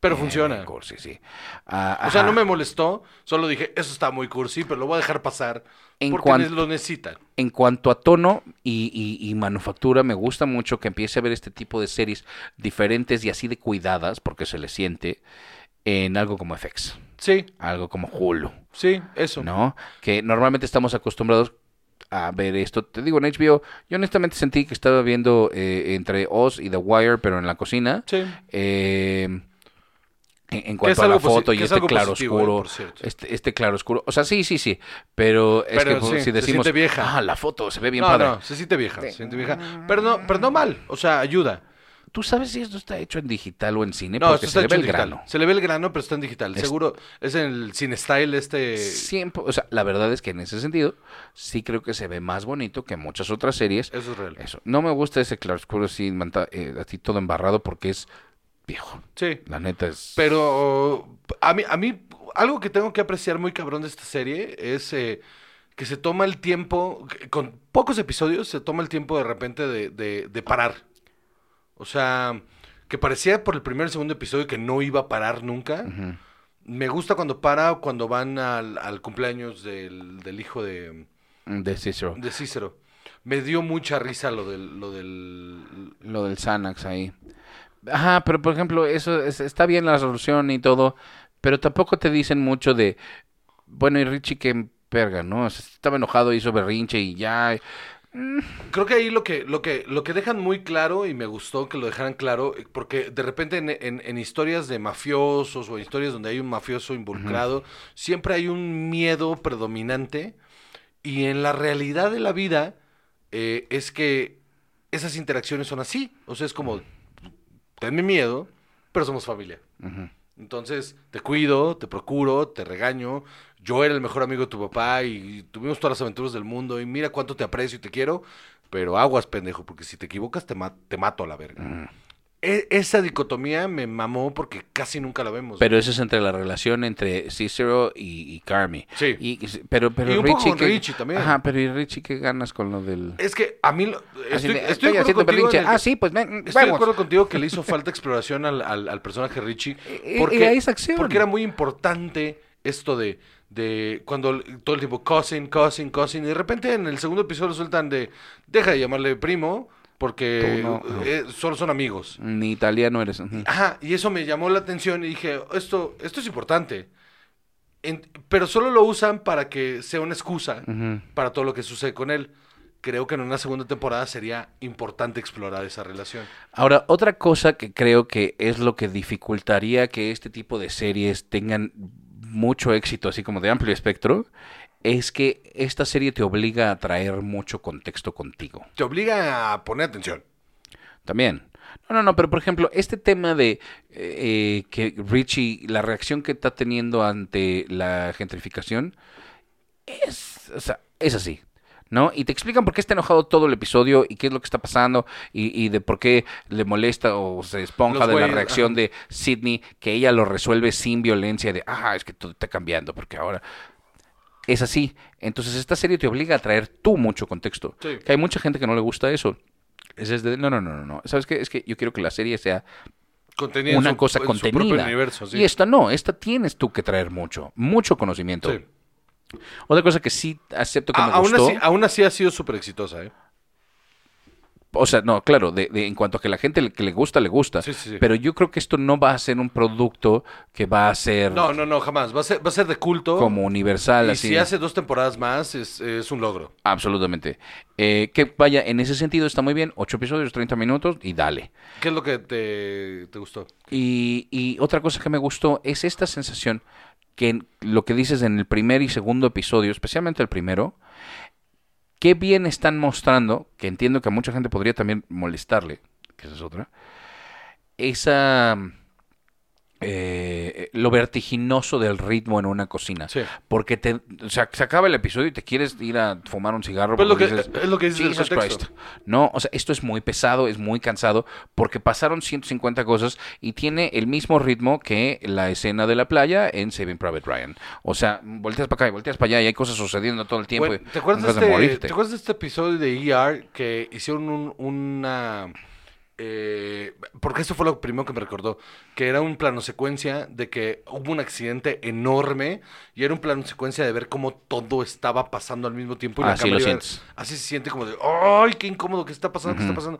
Pero
Bien
funciona.
cursi, sí. Ah,
O sea,
Eh, ajá.
no me molestó, solo dije, eso está muy cursi, pero lo voy a dejar pasar
En
porque
cuanto-
lo necesitan.
En cuanto a tono y, y- y manufactura, me gusta mucho que empiece a ver este tipo de series diferentes y así de cuidadas, porque se le siente en algo como FX,
Sí,
algo como Hulu.
sí, eso.
¿no? Que normalmente estamos acostumbrados a ver esto. Te digo, en HBO, yo honestamente sentí que estaba viendo eh, entre Oz y The Wire, pero en la cocina.
Sí.
Eh, en- en
Que es
cuanto a la
algo posi-
foto y
que es
este
algo
claro
positivo, eh,
oscuro,
por cierto.
este, este claro oscuro, o sea, sí, sí, sí, pero es
Pero
que pues,
sí,
si
se
decimos,
siente vieja.
ah, la foto se ve bien
no,
padre.
no, se siente vieja, se siente vieja. Pero no, pero no mal, o sea, ayuda.
¿Tú sabes si esto está hecho en digital o en cine?
No,
Porque
esto
se
está
le ve
hecho en
el
digital.
grano.
Se le ve el grano, pero está en digital.
Es-
Seguro es el sin style este.
Siempre, o sea, la verdad es que en ese sentido sí creo que se ve más bonito que muchas otras series
Eso es real.
Eso. No me gusta ese claroscuro así, manta- eh, así todo embarrado porque es viejo.
Sí.
La neta es...
Pero a mí, a mí, algo que tengo que apreciar muy cabrón de esta serie es eh, que se toma el tiempo, que con pocos episodios, se toma el tiempo de repente de, de- de parar. O sea, que parecía por el primer y segundo episodio que no iba a parar nunca.
Ujú.
Me gusta cuando para, cuando van al, al cumpleaños del, del hijo de,
De Cicero.
de Cícero. Me dio mucha risa lo del, lo del...
Lo del Xanax ahí. Ajá, pero por ejemplo, eso es- está bien la resolución y todo, pero tampoco te dicen mucho de... Bueno, y Richie que verga, ¿no? O sea, estaba enojado, hizo berrinche y ya...
Creo que ahí lo que, lo que, lo que dejan muy claro, y me gustó que lo dejaran claro, eh, porque de repente en, en- en historias de mafiosos o historias donde hay un mafioso involucrado, siempre hay un miedo predominante. Y en la realidad de la vida eh, es que esas interacciones son así. O sea, es como, tenme miedo, pero somos familia. Entonces, te cuido, te procuro, te regaño. Yo era el mejor amigo de tu papá y tuvimos todas las aventuras del mundo y mira cuánto te aprecio y te quiero, pero aguas, pendejo, porque si te equivocas te, ma- te mato a la verga. E- esa dicotomía me mamó porque casi nunca la vemos.
Pero eso es entre la relación entre Cicero y, y Carmi.
Sí.
Y, y- pero, pero
Y un
Richie,
poco con
¿qué-
Richie también.
Ajá, pero ¿y Richie qué ganas con lo del...?
es que a mí... lo-
Así
Estoy, estoy
de,
de acuerdo
haciendo
contigo en
berrinche.
el que-
Ah, sí, pues ven,
Estoy de
vamos.
acuerdo contigo que le hizo falta exploración al, al- al personaje Richie.
Y- y- y ahí es acción.
Porque era muy importante esto de, de cuando l- todo el tiempo cousin, cousin, cousin. Y de repente en el segundo episodio sueltan de deja de llamarle primo porque
Tú no.
eh, solo son amigos.
Ni italiano eres. ujú.
Ajá, y eso me llamó la atención y dije, esto, esto es importante. En- pero solo lo usan para que sea una excusa
Ujú.
para todo lo que sucede con él. Creo que en una segunda temporada sería importante explorar esa relación.
Ahora, otra cosa que creo que es lo que dificultaría que este tipo de series tengan mucho éxito, así como de amplio espectro, es que esta serie te obliga a traer mucho contexto contigo.
Te obliga a poner atención.
También. No, no, no, pero por ejemplo, este tema de eh, eh, que Richie, la reacción que está teniendo ante la gentrificación, es, o sea, es así. ¿No? Y te explican por qué está enojado todo el episodio y qué es lo que está pasando y, y de por qué le molesta o se esponja
Los
de la
güeyes,
reacción
ajá.
de Sidney, que ella lo resuelve sin violencia, de, ah, es que todo está cambiando porque ahora es así. Entonces esta serie te obliga a traer tú mucho contexto.
Sí.
Que hay mucha gente que no le gusta eso. Es desde, no, no, no, no, no. ¿Sabes qué? Es que yo quiero que la serie sea
Contenido en
una
su-
cosa
en su propio
contenida.
universo, sí.
Y esta no, esta tienes tú que traer mucho, mucho conocimiento.
Sí.
Otra cosa que sí acepto que
A-
me
aún,
gustó,
así, aún así ha sido súper exitosa, ¿eh?
O sea, no, claro, de, de- en cuanto a que la gente le- que le gusta, le gusta.
Sí, sí, sí.
Pero yo creo que esto no va a ser un producto que va a ser
No, no, no, jamás. Va a ser, va a ser de culto.
como universal.
y
así.
si hace dos temporadas más, es, es un logro.
Absolutamente. Eh, que vaya, en ese sentido está muy bien. Ocho episodios, 30 minutos y dale.
¿Qué es lo que te, te gustó?
Y, y otra cosa que me gustó es esta sensación que en- lo que dices en el primer y segundo episodio, especialmente el primero, qué bien están mostrando, que entiendo que a mucha gente podría también molestarle, que esa es otra, esa... eh, lo vertiginoso del ritmo en una cocina.
Sí.
Porque te, o sea, se acaba el episodio y te quieres ir a fumar un cigarro.
Pues lo
porque
que- es lo que dices del
"Jesus
contexto".
Christ". No, o sea, esto es muy pesado, es muy cansado, porque pasaron 150 cosas y tiene el mismo ritmo que la escena de la playa en Saving Private Ryan. O sea, volteas para acá y volteas para allá y hay cosas sucediendo todo el tiempo.
Bueno,
y
¿te, acuerdas de
ganas de
este,
morirte.
¿Te acuerdas de este episodio de ER que hicieron un- una... eh, porque eso fue lo primero que me recordó, que era un plano secuencia de que hubo un accidente enorme y era un plano secuencia de ver cómo todo estaba pasando al mismo tiempo. Y la
Así
cámara
lo
iba-
sientes.
Así se siente como de, ¡ay, qué incómodo que está pasando, qué está pasando!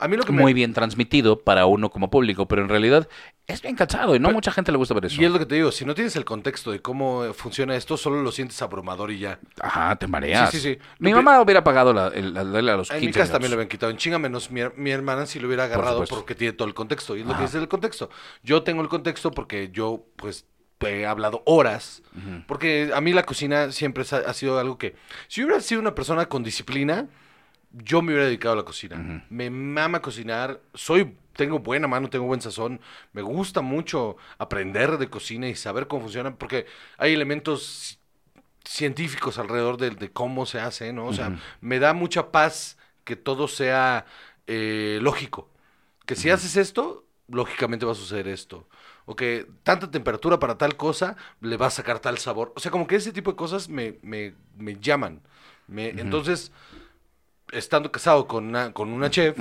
A mí lo que me-
Muy bien transmitido para uno como público, pero en realidad es bien cansado y no a mucha gente le gusta ver eso.
Y es lo que te digo, si no tienes el contexto de cómo eh, funciona esto, solo lo sientes abrumador y ya.
Ajá, te mareas.
Sí, sí, sí.
Mi
Yo
mamá hubiera pagado la, el- la- la- la- los 15
En mi casa también
Pues minutos.
lo habían quitado. En chinga menos mi, mi hermana si lo hubiera agarrado
supuesto.
porque tiene todo el contexto. Y es lo
Ajá.
que dice el contexto. Yo tengo el contexto porque yo, pues, he hablado horas. Porque a mí la cocina siempre es- ha sido algo que... Si yo hubiera sido una persona con disciplina, yo me hubiera dedicado a la cocina. Me mama cocinar. Soy... Tengo buena mano, tengo buen sazón. Me gusta mucho aprender de cocina y saber cómo funciona porque hay elementos científicos alrededor de, de cómo se hace, ¿no? O sea, me da mucha paz que todo sea eh, lógico. Que si haces esto, lógicamente va a suceder esto. O que tanta temperatura para tal cosa le va a sacar tal sabor. O sea, como que ese tipo de cosas me, me, me llaman. Me, Entonces, estando casado con una, con una chef,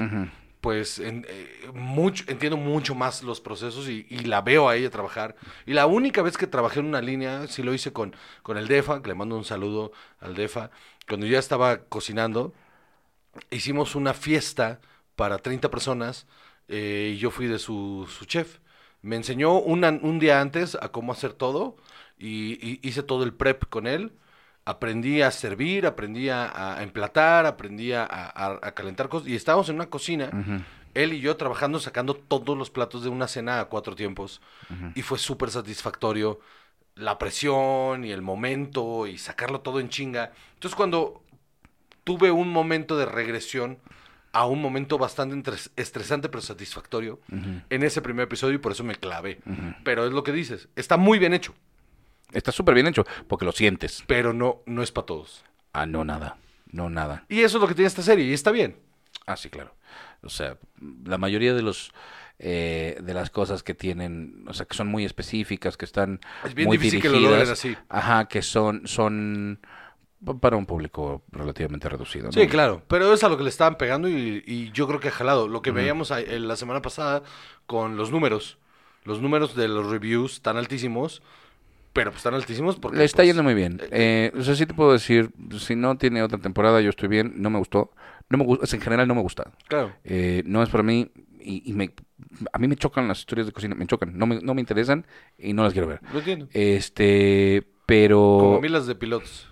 pues en- eh, mucho, entiendo mucho más los procesos y, y la veo a ella trabajar. Y la única vez que trabajé en una línea, sí lo hice con, con el DEFA, que le mando un saludo al DEFA, cuando ya estaba cocinando, hicimos una fiesta para 30 personas eh, y yo fui de su, su chef. Me enseñó una- un día antes a cómo hacer todo y, y hice todo el prep con él. Aprendí a servir, aprendí a, a emplatar, aprendí a, a- a calentar cosas. Y estábamos en una cocina, él y yo trabajando, sacando todos los platos de una cena a cuatro tiempos. Y fue súper satisfactorio la presión y el momento y sacarlo todo en chinga. Entonces cuando tuve un momento de regresión a un momento bastante entres- estresante pero satisfactorio en ese primer episodio y por eso me clavé. Pero es lo que dices, está muy bien hecho,
Está súper bien hecho, porque lo sientes.
pero no, no es para todos.
Ah, no, nada. No, nada.
Y eso es lo que tiene esta serie y está bien.
Ah, sí, claro. O sea, la mayoría de los eh, de las cosas que tienen, o sea, que son muy específicas, que están
Es bien
muy
difícil que lo
dirigidas,
logren así.
Ajá, que son son pa- para un público relativamente reducido. ¿no?
Sí, claro, pero es a lo que le estaban pegando y, y yo creo que ha jalado. Lo que veíamos a- en la semana pasada con los números, los números de los reviews tan altísimos, pero pues tan altísimos porque...
Le está
pues,
yendo muy bien. Eh, o sea, sí te puedo decir, si no tiene otra temporada, yo estoy bien. No me gustó. No me gusta, en general no me gusta.
Claro.
Eh, no es para mí y, y me, a mí me chocan las historias de cocina, me chocan, no me, no me interesan y no las quiero ver.
Lo entiendo.
Este, pero...
Como milas de pilotos.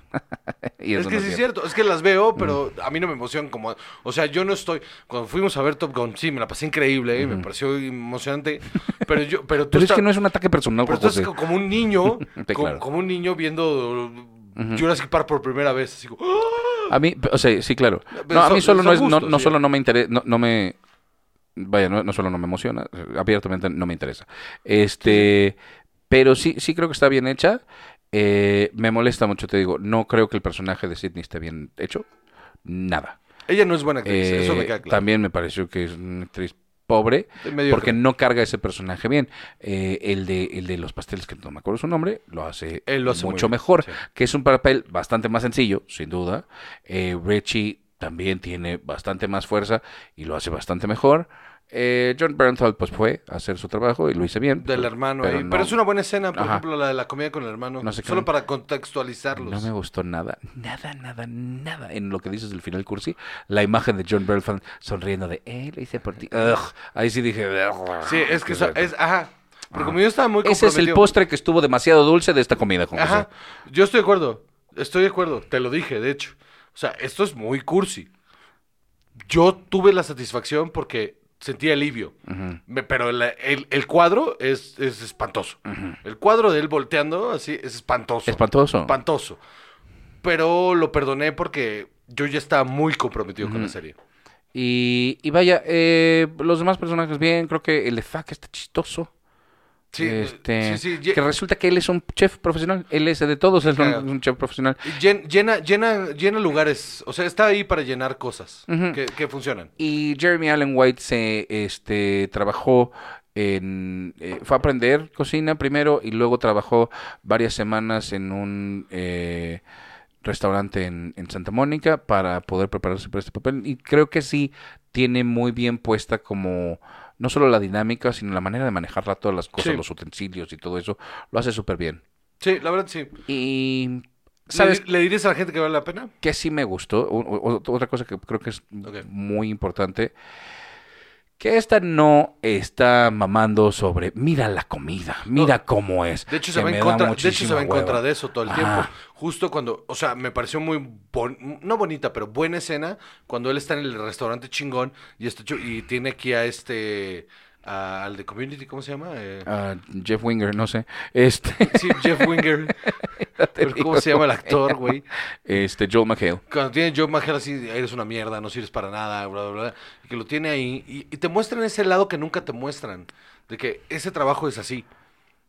y
Es
eso
que
no
sí es
cierto. Mm.
cierto, es que las veo, pero a mí no me emocionan como... O sea, yo no estoy... Cuando fuimos a ver Top Gun, sí, me la pasé increíble, ¿eh? me pareció emocionante, pero yo... Pero, tú
Pero es
estás-
que no es un ataque personal,
pero tú
José.
estás co- como un niño,
Sí,
como,
claro.
como un niño viendo Jurassic Park por primera vez, así como... ¡ah!
A mí, o sea, sí, claro.
Pero
No, a
son-
mí solo
son
no es, no,
gustos,
no
sí.
solo no me interesa, no, no me... Vaya, no, no solo no me emociona, eh, abiertamente no me interesa. Este, pero sí, sí creo que está bien hecha. Eh, me molesta mucho, te digo, no creo que el personaje de Sidney esté bien hecho. Nada.
Ella no es buena actriz,
Eh,
eso me queda claro.
También me pareció que es una actriz pobre
Mediocre.
porque no carga ese personaje bien. Eh, el, de, el de los pasteles, que no me acuerdo su nombre, lo hace,
Él lo hace muy
mucho
bien,
mejor,
sí.
que es un papel bastante más sencillo, sin duda. Eh, Richie también tiene bastante más fuerza y lo hace bastante mejor. Eh, John Bernthal pues fue a hacer su trabajo y lo hice bien.
Del hermano
pero
ahí.
no-
Pero es una buena escena, por
Ajá.
ejemplo, la de la comida con el hermano.
No sé qué-
Solo para contextualizarlos.
No me gustó nada, nada, nada, nada en lo que dices del final cursi. La imagen de John Bernthal sonriendo de, eh, lo hice por ti. Ugh. Ahí sí dije, "Ugh".
Sí, es que eso- es, ajá. Porque como yo estaba muy
Ese es el
comprometido-
postre que estuvo demasiado dulce de esta comida, con
Ajá. Yo estoy de acuerdo. Estoy de acuerdo. Te lo dije, de hecho. O sea, esto es muy cursi. Yo tuve la satisfacción porque sentí alivio. Me- Pero la- el, el cuadro es, es espantoso. El cuadro de él volteando así es espantoso.
Espantoso.
Espantoso. Pero lo perdoné porque yo ya estaba muy comprometido con la serie.
Y, y vaya, eh, los demás personajes bien, creo que el de Zack está chistoso.
Sí, sí,
Este,
sí, ye-
que resulta que él es un chef profesional. Él es de todos, es un,
Claro.
un chef profesional.
llen- llena, llena, llena lugares. O sea, está ahí para llenar cosas
Ujú.
que, que funcionan.
Y Jeremy Allen White se este, trabajó en. eh, fue a aprender cocina primero y luego trabajó varias semanas en un eh, restaurante en, en Santa Mónica para poder prepararse para este papel. Y creo que sí tiene muy bien puesta como. No solo la dinámica, sino la manera de manejarla, todas las cosas,
Sí.
los utensilios y todo eso, lo hace súper bien.
Sí, la verdad sí.
Y. ¿Sabes
¿Sabes? ¿Le, dirías a la gente que vale la pena?
que sí me gustó, o- o- o- otra cosa que creo que es
Ok.
muy importante, que esta no está mamando sobre, mira la comida, mira cómo es.
De hecho, se
que
va
me
en
da
contra, de hecho, se
muchísima
va en contra
hueva.
de eso todo el
Ajá.
tiempo. Justo cuando, o sea, me pareció muy, bon- no bonita, pero buena escena, cuando él está en el restaurante chingón y, este chu- y tiene aquí a este, a- al de Community, ¿cómo se llama? Eh,
Ah, Jeff Winger, no sé. Este,
sí, Jeff Winger. Pero
digo
¿Cómo se llama el
cómo se
actor,
llama.
güey?
este Joel McHale.
Cuando tiene Joe Magel así, eres una mierda, no sirves para nada, bla, bla, bla. y Que lo tiene ahí y, y te muestran ese lado que nunca te muestran. De que ese trabajo es así.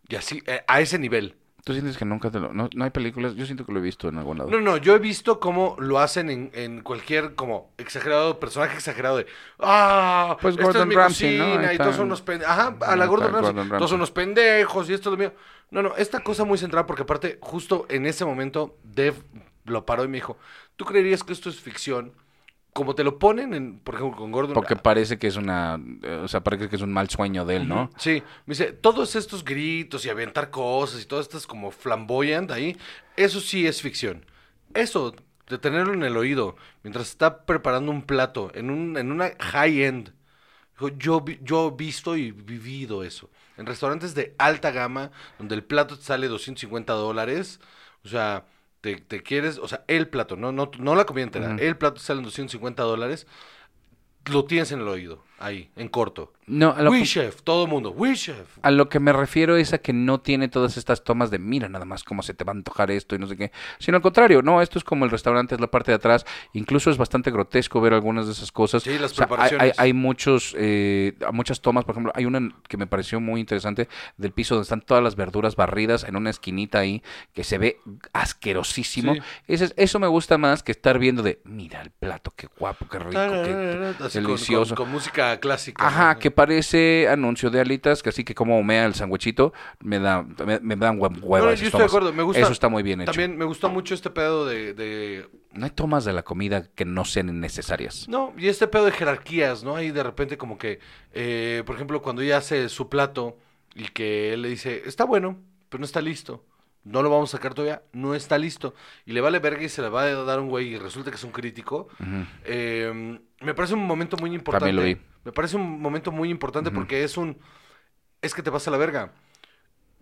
Y así, eh, a ese nivel.
¿Tú sientes que nunca te lo... No, no hay películas? Yo siento que lo he visto en algún lado.
No, no, yo he visto cómo lo hacen en, en cualquier como exagerado, personaje exagerado de ah,
Pues
esta
Gordon
es mi
Ramsay, ¿no?
cocina",
Ahí
y
está.
todos son unos pendejos. Ajá, a
Ahí
la
está
Gordon Ramsay, todos
Gordon
son
Ramsay.
unos pendejos y esto es lo mío. No, no, esta cosa muy central porque aparte justo en ese momento Dev lo paró y me dijo, ¿tú creerías que esto es ficción? Como te lo ponen, en, por ejemplo, con Gordon ah,
Porque parece que es una... eh, O sea, parece que es un mal sueño de él, ¿no?
Sí, me dice, todos estos gritos y aventar cosas y todas estas como flamboyant ahí, eso sí es ficción. Eso, de tenerlo en el oído, mientras está preparando un plato en, un, en una high-end. Dijo, Yo, vi- yo he visto y vivido eso. En restaurantes de alta gama, donde el plato te sale 250 dólares, o sea, te, te quieres, o sea, el plato, no, no, no la comida entera, el plato te sale en 250 dólares, lo tienes en el oído, ahí, en corto.
No, a lo
We
que- Ah,
Chef, todo el mundo, We Chef.
A lo que me refiero es a que no tiene todas estas tomas de mira nada más cómo se te va a antojar esto y no sé qué, sino al contrario, no, esto es como el restaurante, es la parte de atrás, incluso es bastante grotesco ver algunas de esas cosas.
Sí, las
O sea, hay- hay,
preparaciones.
hay muchos, eh, muchas tomas, por ejemplo, hay una que me pareció muy interesante del piso donde están todas las verduras barridas en una esquinita ahí que se ve asquerosísimo.
Sí.
Ese- eso me gusta más que estar viendo de, mira el plato, qué guapo, qué rico, qué
Así con-
delicioso.
Con, con música clásica.
Ajá,
¿no?
que parece anuncio de alitas, que así que como homea el sandwichito, me da, me, me dan hue-
No,
huevas.
yo estoy de acuerdo, me gusta.
Eso está muy bien hecho.
También me gusta mucho este pedo de, de-
No hay tomas de la comida que no sean necesarias.
No, y este pedo de jerarquías, ¿no? Ahí de repente como que, eh, por ejemplo, cuando ella hace su plato y que él le dice, está bueno, pero no está listo. No lo vamos a sacar todavía, no está listo. Y le vale verga y se le va a dar un güey y resulta que es un crítico. Eh, me parece un momento muy importante.
También lo vi.
Me parece un momento muy importante porque es un. Es que te pasa la verga.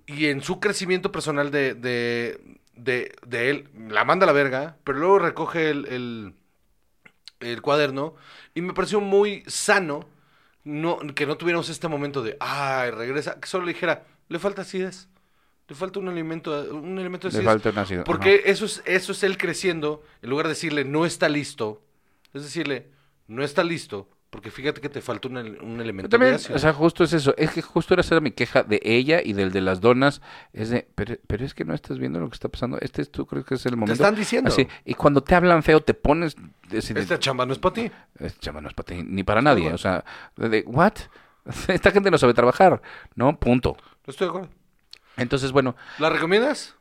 Y en su crecimiento personal de, de, de, de él, la manda a la verga, pero luego recoge el, el, el cuaderno. Y me pareció muy sano no, que no tuviéramos este momento de, ay, regresa, que solo le dijera, le falta acidez. Le falta un alimento, un elemento de
Le
acidez.
falta un ácido,
Porque eso es, eso es él creciendo, en lugar de decirle no está listo, es decirle no está listo, porque fíjate que te falta un, el- un
Pero
elemento
también,
de ácido.
o sea, justo es eso. Es que justo era esa era mi queja de ella y del de las donas. Es de, pero, pero es que no estás viendo lo que está pasando. Este es, tú crees que es el momento. Ah,
están diciendo.
Así, y cuando te hablan feo, te pones. así de-
Esta chamba no es para ti.
Este chamba no es para ti, ni para nadie.
Este
O sea, de, de, ¿what? Esta gente no sabe trabajar, ¿no? Punto.
No estoy de acuerdo.
Entonces, bueno,
¿La recomiendas?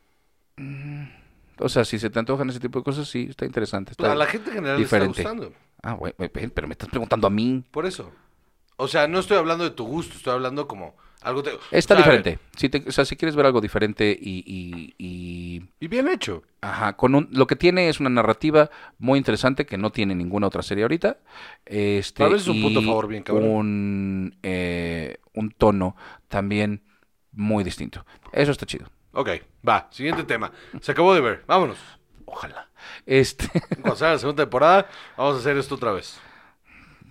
O sea, si se te antojan ese tipo de cosas, sí, está interesante. Está
A la gente en general le está
diferente.
gustando.
Ah, güey, güey, pero me estás preguntando a mí.
Por eso. O sea, no estoy hablando de tu gusto, estoy hablando como algo... te-
Está
o sea, a ver,
diferente. Si te- o sea, si quieres ver algo diferente y, y- y-
Y bien hecho.
ajá, con un, lo que tiene es una narrativa muy interesante que no tiene ninguna otra serie ahorita. Este,
Tal vez es un
y
punto a favor bien cabrón.
Un, eh, un tono también muy distinto. Eso está chido.
Ok, va, siguiente tema. Se acabó de ver, vámonos.
Ojalá. Este,
Cuando salga la segunda temporada, vamos a hacer esto otra vez.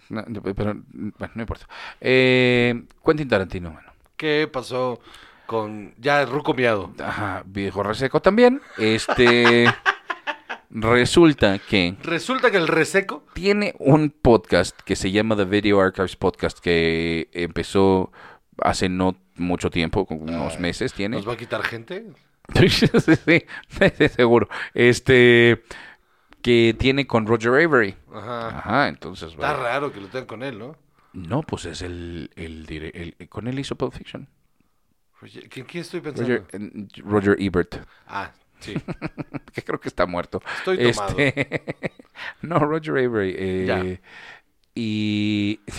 no, yo- pero, bueno, no importa. Eh, Quentin Tarantino, bueno.
¿Qué pasó con... Ya, Ruco Miado.
Ajá, viejo reseco también. Este. resulta que
Resulta que el reseco...
tiene un podcast que se llama The Video Archives Podcast que empezó hace no mucho tiempo, como unos meses tiene.
¿Nos va a quitar gente?
Sí, sí, sí, seguro. Este. Que tiene con Roger Avery.
Ajá.
Ajá, entonces.
Ah, Está
bueno.
raro que lo tengan con él, ¿no?
No, pues es el, el, dire- el- Con él hizo Pulp Fiction.
Roger- ¿Quién, quién estoy pensando?
Roger, eh, Roger Ebert.
Ah, sí.
que creo que está muerto. Este,
Estoy tomado.
no, Roger Avery. eh,
Ya.
Y...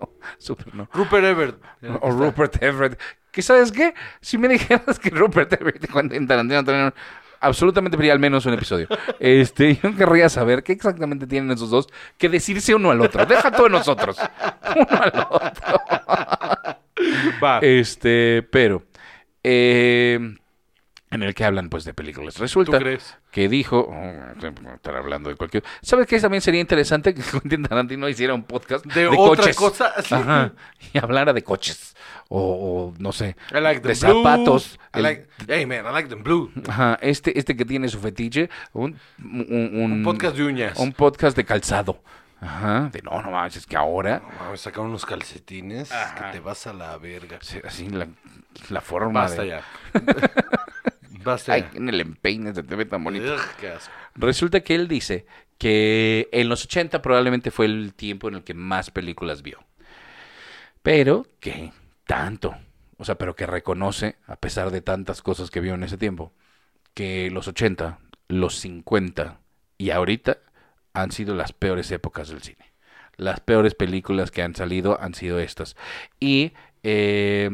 no, súper no.
Rupert Everett.
O Rupert Everett. ¿Qué sabes qué? Si me dijeras que Rupert Everett y Quentin Tarantino tenían absolutamente vería al menos un episodio. Este, yo querría saber qué exactamente tienen esos dos que decirse uno al otro. Deja todo en nosotros. Uno al otro.
Va.
Este, pero eh, en el que hablan pues de películas.
¿Tú
Resulta
crees?
que dijo, oh, estar hablando de cualquier... ¿Sabes qué? También sería interesante que Quentin Tarantino hiciera un podcast
De otra cosa, sí.
Ajá, y hablara de coches o, o, no sé,
I like
de
them blue.
zapatos.
I
El-
like- Hey, man, I like them blue.
Ajá, este, este que tiene su fetiche, un, un,
Un podcast de uñas.
un podcast de calzado. Ajá, de no, no manches, que ahora...
Vamos a sacar unos calcetines que te vas a la verga.
se- Así la, la forma
Basta
de...
ya. Basta
Ay,
ya.
en el empeine se te ve tan bonito.
Ugh, qué asco.
Resulta que él dice que en los 80 probablemente fue el tiempo en el que más películas vio. Pero que tanto. O sea, pero que reconoce, a pesar de tantas cosas que vio en ese tiempo, que los 80, los 50 y ahorita han sido las peores épocas del cine. Las peores películas que han salido han sido estas. Y eh,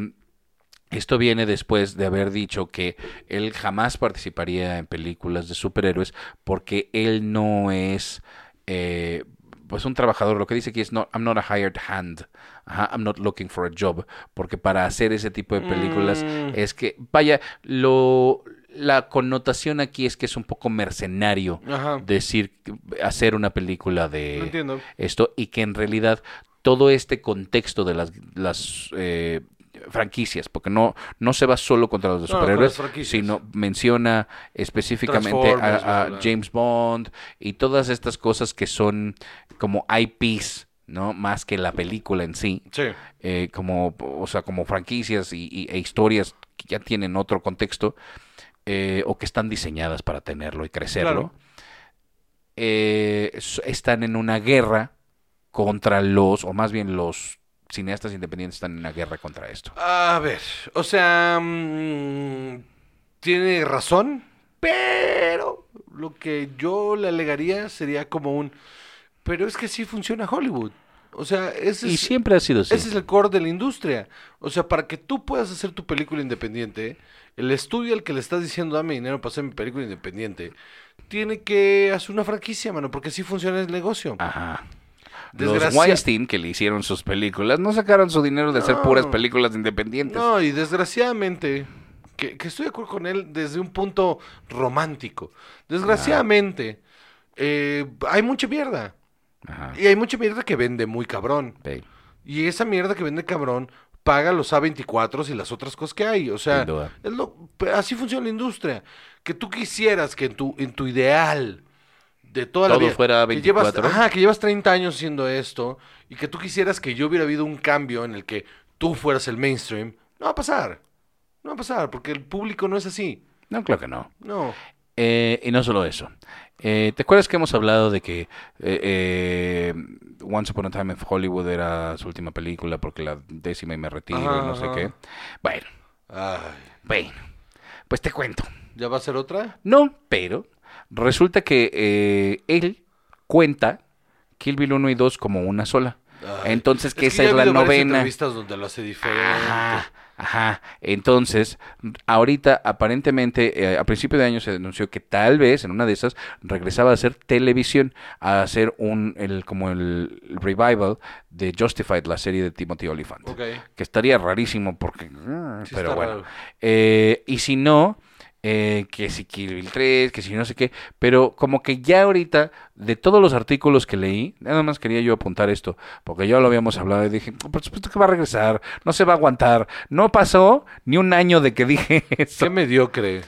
esto viene después de haber dicho que él jamás participaría en películas de superhéroes porque él no es eh, pues un trabajador. Lo que dice aquí es no, I'm not a hired hand. Ajá, I'm not looking for a job. Porque para hacer ese tipo de películas es que, vaya, lo la connotación aquí es que es un poco mercenario
Ajá.
decir hacer una película de
No entiendo.
esto y que en realidad todo este contexto de las, las eh, franquicias, porque no, no se va solo contra los de
No, con
superhéroes,
las franquicias.
sino menciona específicamente
Transformers,
a, a
bla, bla.
James Bond y todas estas cosas que son como IPs, ¿no? Más que la película en sí
Sí.
eh, como, o sea, como franquicias y, y- e historias que ya tienen otro contexto eh, o que están diseñadas para tenerlo y crecerlo,
Claro.
eh, s- están en una guerra contra los, o más bien los cineastas independientes están en una guerra contra esto.
A ver, o sea, mm, tiene razón, pero lo que yo le alegaría sería como un, pero es que sí funciona Hollywood. O sea, ese
Y
es,
siempre ha sido así.
ese es el core de la industria. O sea, para que tú puedas hacer tu película independiente, el estudio al que le estás diciendo dame dinero para hacer mi película independiente, tiene que hacer una franquicia, mano, porque así funciona el negocio.
Ajá. Los
Desgracia-
Weinstein que le hicieron sus películas no sacaron su dinero de hacer
No.
puras películas independientes.
No, y desgraciadamente, que, que estoy de acuerdo con él desde un punto romántico. Desgraciadamente, eh, hay mucha mierda.
Ajá.
Y hay mucha mierda que vende muy cabrón.
Sí,
Y esa mierda que vende cabrón paga los A24 y las otras cosas que hay. O sea,
Sin duda.
es lo- pe- así funciona la industria. Que tú quisieras que en tu, en tu ideal de toda la
Todo
vida...
fuera
que llevas-
24.
ajá, que llevas 30 años haciendo esto y que tú quisieras que yo hubiera habido un cambio en el que tú fueras el mainstream. No va a pasar. No va a pasar porque el público no es así.
No, claro que no.
No.
Eh, y no solo eso. Eh, ¿Te acuerdas que hemos hablado de que eh, eh, Once Upon a Time in Hollywood era su última película porque la décima y me retiro
Ajá,
y no sé
ajá.
qué? Bueno,
Ay,
bueno. Pues te cuento.
¿Ya va a ser otra?
No, pero resulta que eh, él cuenta Kill Bill 1 y 2 como una sola. Entonces, que esa
ya
es
ha
la
habido varias
novena. Ah,
entrevistas donde lo hace diferente.
Ajá, ajá. Entonces, ahorita aparentemente eh, a principio de año se denunció que tal vez en una de esas regresaba a hacer televisión, a hacer un el como el revival de Justified, la serie de Timothy Olyphant,
Ok.
que estaría rarísimo porque, mm,
Sí
pero
está
bueno.
raro.
Eh, y si no, eh, que si Kill Bill 3, que si no sé qué. Pero como que ya ahorita, de todos los artículos que leí, nada más quería yo apuntar esto, porque ya lo habíamos hablado y dije, "Oh, por supuesto que va a regresar, no se va a aguantar. No pasó ni un año de que dije eso.
Qué mediocre.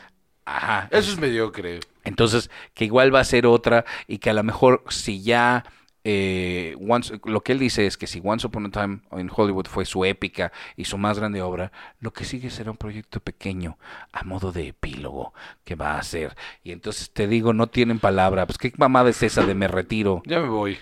Ajá.
Eso es mediocre.
Entonces, que igual va a ser otra y que a lo mejor si ya... eh, Once- lo que él dice es que si Once Upon a Time en Hollywood fue su épica y su más grande obra, lo que sigue será un proyecto pequeño a modo de epílogo que va a ser. Y entonces te digo, no tienen palabra. Pues qué mamada es esa de me retiro.
Ya me voy.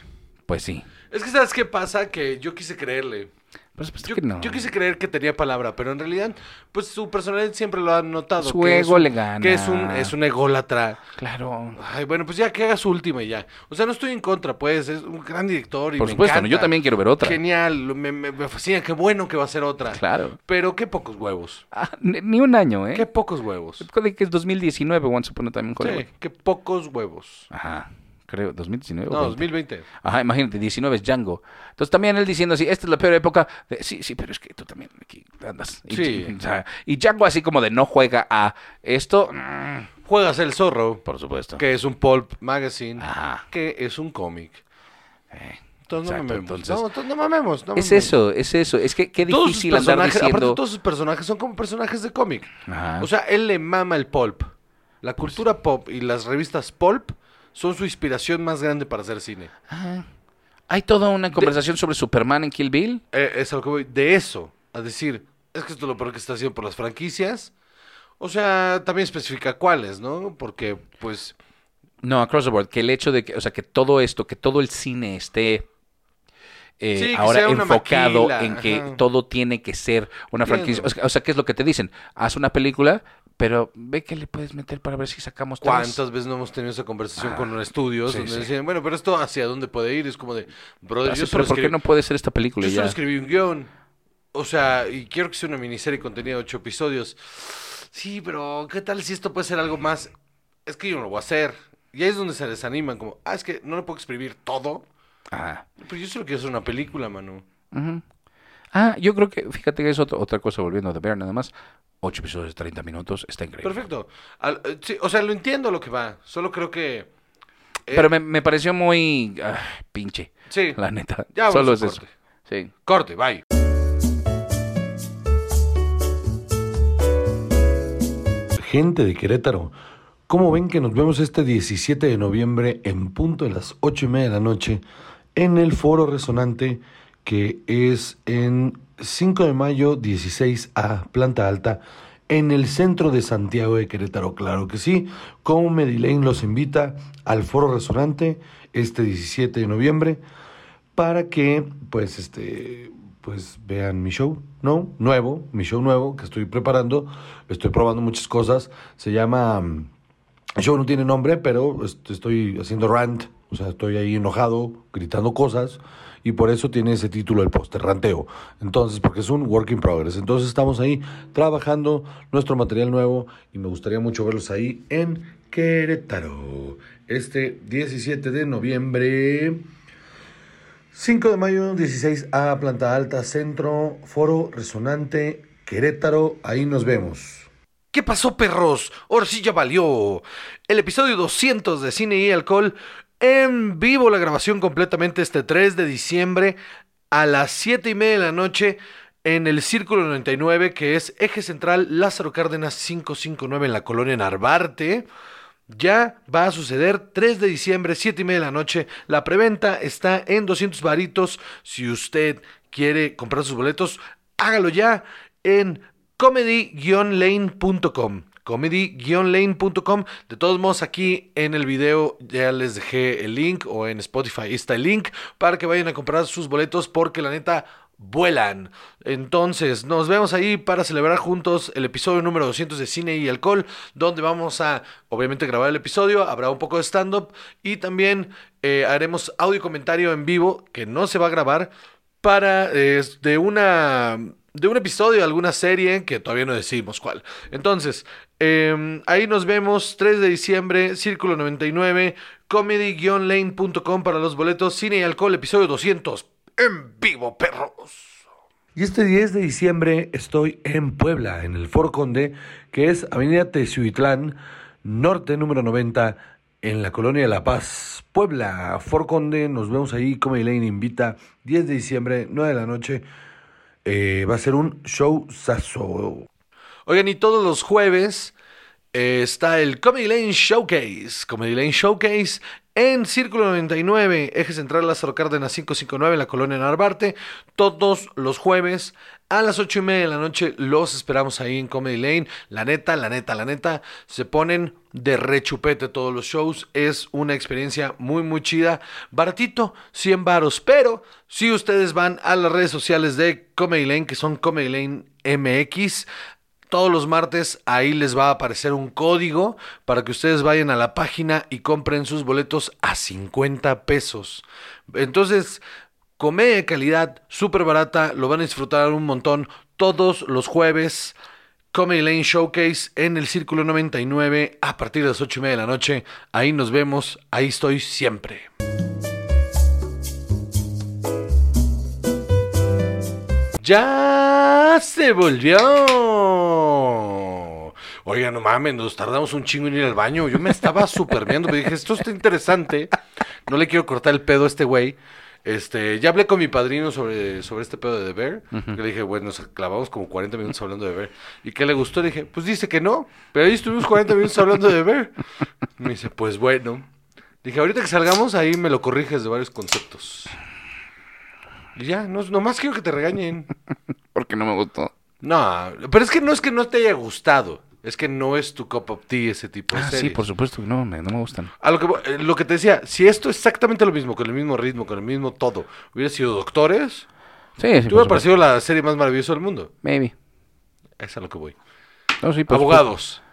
Pues sí.
Es que ¿sabes qué pasa? Que yo quise creerle.
Pues, Por supuesto
Yo,
que no.
yo quise creer que tenía palabra, pero en realidad, pues su personalidad siempre lo ha notado.
Su
que es
ego
un-
le gana.
Que es un, es un ególatra.
Claro.
Ay, bueno, pues ya que haga su última y ya. O sea, no estoy en contra, pues. Es un gran director y
Por
me
supuesto,
encanta.
yo también quiero ver otra.
Genial, me, me- me fascina, qué bueno que va a ser otra.
Claro.
Pero qué pocos huevos.
Ah, ni, ni un año, ¿eh?
Qué pocos huevos.
De que es 2019 Once Upon a Time in Hollywood.
Sí, qué pocos huevos.
Ajá. Creo, 2019. o
No,
20.
2020.
Ajá, imagínate, 19 es Django. Entonces también él diciendo así, esta es la peor época. de- sí, sí, pero es que tú también aquí andas. Y,
Sí.
o sea, y Django así como de no juega a esto, mm,
Juegas El Zorro,
por supuesto.
que es un pulp magazine,
Ajá.
que es un cómic. Entonces,
Eh, exacto,
no mamemos.
entonces-
no, entonces no mamemos. no
Es
mamemos.
eso, es eso. Es que qué
Todos sus
difícil andar
personajes-
diciendo... Ah.
Aparte, todos sus personajes son como personajes de cómic.
Ajá.
O sea, él le mama el pulp. La
Pues
cultura pop y las revistas pulp son su inspiración más grande para hacer cine.
Ajá. Hay toda una conversación sobre Superman en Kill Bill.
Eh, es a lo que voy. De eso, a decir, es que esto es lo peor que está haciendo por las franquicias. O sea, también especifica cuáles, ¿no? Porque, pues,
No, a the Board, que el hecho de que, o sea, que todo esto, que todo el cine esté eh,
Sí, que
ahora
sea una
enfocado
maquila,
en que
ajá.
todo tiene que ser una franquicia.
Entiendo.
O sea, o sea, ¿qué es lo que te dicen? Haz una película, pero ve qué le puedes meter para ver si sacamos tres.
¿cuántas veces no hemos tenido esa conversación
Ah,
con estudios
sí,
donde
sí.
decían, bueno, pero esto hacia dónde puede ir? Es como de, brother,
Así,
yo
pero
solo,
¿por qué
escribí,
no puede ser esta película
yo solo
ya?
escribí un guión. O sea, y quiero que sea una miniserie con contenido de ocho episodios. Sí, pero ¿qué tal si esto puede ser algo más? Es que yo no lo voy a hacer. Y ahí es donde se desaniman, como, ah, es que no lo puedo escribir todo.
Ajá.
Pero yo solo quiero hacer una película, Manu.
Ah, Ujú. Ah, yo creo que, fíjate que es otro- otra cosa, volviendo a The Bear nada más. Ocho episodios de 30 minutos, está increíble.
Perfecto. Al- eh, sí, o sea, lo entiendo lo que va. Solo creo que. eh,
Pero me, me pareció muy ah, pinche,
Sí.
la neta.
Ya,
Solo
vamos
es
a
eso.
corte.
Sí.
Corte, bye.
Gente de Querétaro, ¿cómo ven que nos vemos este 17 de noviembre en punto de las 8 y media de la noche en el Foro Resonante que es en 5 de mayo 16A, planta alta, en el centro de Santiago de Querétaro? Claro que sí, como Medilane los invita al Foro Resonante este 17 de noviembre para que pues este pues vean mi show, ¿no? Nuevo, mi show nuevo que estoy preparando, estoy probando muchas cosas, se llama mm, el show no tiene nombre, pero est- estoy haciendo rant, o sea, estoy ahí enojado, gritando cosas, y por eso tiene ese título el póster, ranteo. Entonces, porque es un work in progress. Entonces estamos ahí trabajando nuestro material nuevo y me gustaría mucho verlos ahí en Querétaro. Este 17 de noviembre. 5 de mayo, 16A, planta alta, centro, foro resonante, Querétaro, ahí nos vemos.
¿Qué pasó, perros? Ahora sí ya valió. El episodio 200 de Cine y Alcohol en vivo, la grabación completamente este 3 de diciembre a las 7 y media de la noche en el Círculo 99, que es Eje Central Lázaro Cárdenas 559 en la colonia Narvarte. Ya va a suceder 3 de diciembre, 7 y media de la noche. La preventa está en 200 varitos. Si usted quiere comprar sus boletos, hágalo ya en comedy-lane.com. Comedy-lane.com. De todos modos, aquí en el video ya les dejé el link o en Spotify está el link para que vayan a comprar sus boletos porque la neta vuelan. Entonces, nos vemos ahí para celebrar juntos el episodio número 200 de Cine y Alcohol, donde vamos a, obviamente, grabar el episodio, habrá un poco de stand-up y también eh, haremos audio comentario en vivo, que no se va a grabar, para eh, de una de un episodio de alguna serie que todavía no decimos cuál. Entonces, eh, ahí nos vemos 3 de diciembre, Círculo 99, comedy-lane.com para los boletos, cine y alcohol, episodio 200. En vivo, perros.
Y este 10 de diciembre estoy en Puebla, en el Foro Conde, que es Avenida Teciuitlán, norte número 90, en la colonia de La Paz, Puebla. Foro Conde, nos vemos ahí. Comedy Lane invita 10 de diciembre, 9 de la noche. Eh, va a ser un show saso.
Oigan, y todos los jueves eh, está el Comedy Lane Showcase. Comedy Lane Showcase en Círculo 99, eje central Lázaro Cárdenas 559 en la colonia Narvarte. Todos los jueves a las 8 y media de la noche los esperamos ahí en Comedy Lane. La neta, la neta, la neta, se ponen de rechupete todos los shows. Es una experiencia muy, muy chida. Baratito, 100 varos. Pero si ustedes van a las redes sociales de Comedy Lane, que son Comedy Lane MX, todos los martes ahí les va a aparecer un código para que ustedes vayan a la página y compren sus boletos a 50 pesos. Entonces, comedia de calidad, súper barata, lo van a disfrutar un montón todos los jueves. Comedy Lane Showcase en el Círculo 99 a partir de las 8 y media de la noche. Ahí nos vemos, ahí estoy siempre. ¡Ya se volvió! Oiga, no mames, nos tardamos un chingo en ir al baño. Yo me estaba super viendo, pero dije, esto está interesante. No le quiero cortar el pedo a este güey. Este, ya hablé con mi padrino sobre, sobre este pedo de The Bear. que Le dije, bueno, nos clavamos como 40 minutos hablando de The Bear. ¿Y qué le gustó? Le dije, pues dice que no. Pero ahí estuvimos 40 minutos hablando de The Bear. Me dice, pues bueno. Dije, ahorita que salgamos, ahí me lo corriges de varios conceptos. Y ya, no, nomás quiero que te regañen.
Porque no me gustó.
No, pero es que no es que no te haya gustado. Es que no es tu cup of tea ese tipo de
Ah, sí,
series.
por supuesto que no, me, no me gustan.
A lo que, vo- eh, lo que te decía, si esto es exactamente lo mismo, con el mismo ritmo, con el mismo todo, hubiera sido Doctores, te
Sí, sí. por
hubiera
supuesto.
parecido la serie más maravillosa del mundo.
Maybe.
Es a lo que voy.
No, sí, por
Abogados.
supuesto.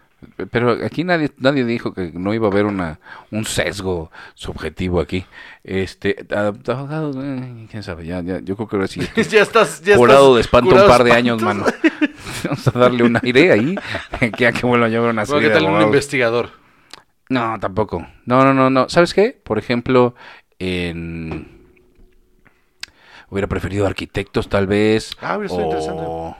Pero aquí nadie, nadie dijo que no iba a haber una, un sesgo subjetivo aquí. Este, a- abogados, eh, quién sabe, ya, ya, yo creo que ahora sí. estoy
ya estás. Ya
Curado
estás
de espanto un
curado
par de
espanto.
años, mano. Vamos a darle un aire ahí. Que a que vuelva yo a ver una
Bueno,
serie
¿Qué
de
tal un
abogados.
investigador?
No, tampoco. No, no, no, no. ¿Sabes qué? Por ejemplo, en... Hubiera preferido arquitectos, tal vez.
Ah, hubiera estado
o...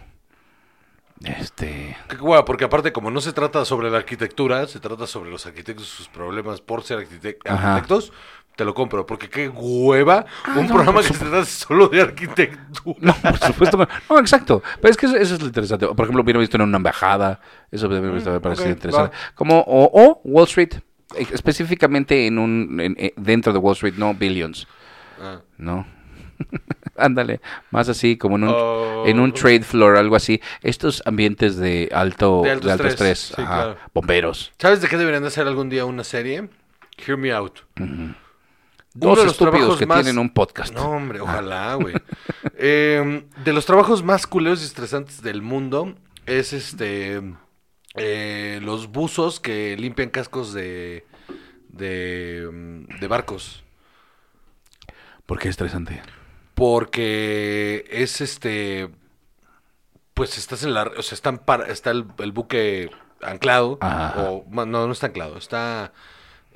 Este...
Qué guay, porque aparte, como no se trata sobre la arquitectura, se trata sobre los arquitectos, sus problemas por ser arquite-
Ajá.
arquitectos. Te lo compro, porque qué hueva un programa que se trata solo de arquitectura.
No, por supuesto. que No, No, exacto. Pero es que eso, eso es lo interesante. Por ejemplo, hubiera visto en una embajada. Eso me hubiera me parecido
Mm, ok,
interesante. Como, o, o Wall Street. eh, Específicamente en un en- eh, dentro de Wall Street, no Billions.
Ah.
No. Ándale, más así, como en un,
Oh.
en un trade floor, algo así. Estos ambientes de alto,
De alto estrés, sí,
ajá.
claro.
Bomberos.
¿Sabes de qué deberían de hacer algún día una serie? Hear me out.
Dos
Uno de los
estúpidos
trabajos
que
más-
tienen un podcast. Ah.
No, hombre, ojalá, güey. Eh, de los trabajos más culeros y estresantes del mundo es este. eh, los buzos que limpian cascos de. de. mm, de barcos.
Porque es estresante.
Porque es este. Pues estás en la. O sea, están para- está el, el buque anclado.
Ajá.
O, ma- no, no está anclado. Está.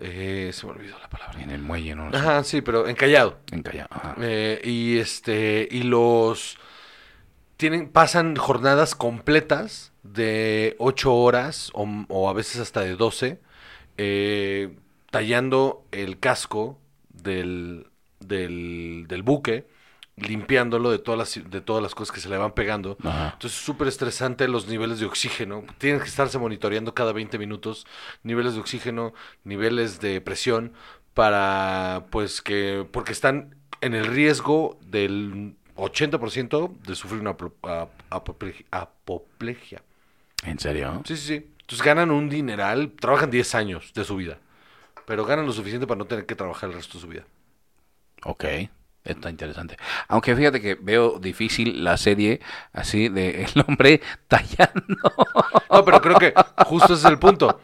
eh, se me olvidó la palabra.
En el muelle, ¿no?
Ajá, sí, pero encallado.
En Calla- ajá.
Eh, y este. Y los. Tienen, pasan jornadas completas de 8 horas o, o a veces hasta de 12 eh, tallando el casco del, del, del buque, limpiándolo de todas, las, de todas las cosas que se le van pegando.
Ajá.
Entonces es súper estresante los niveles de oxígeno. Tienes que estarse monitoreando cada 20 minutos niveles de oxígeno, niveles de presión, para pues que, porque están en el riesgo del 80% de sufrir una apro- a- apople- apoplejia.
¿En serio?
Sí, sí, sí. Entonces ganan un dineral, trabajan 10 años de su vida, pero ganan lo suficiente para no tener que trabajar el resto de su vida.
Ok, está interesante. Aunque fíjate que veo difícil la serie así de el hombre tallando.
No, pero creo que justo ese es el punto.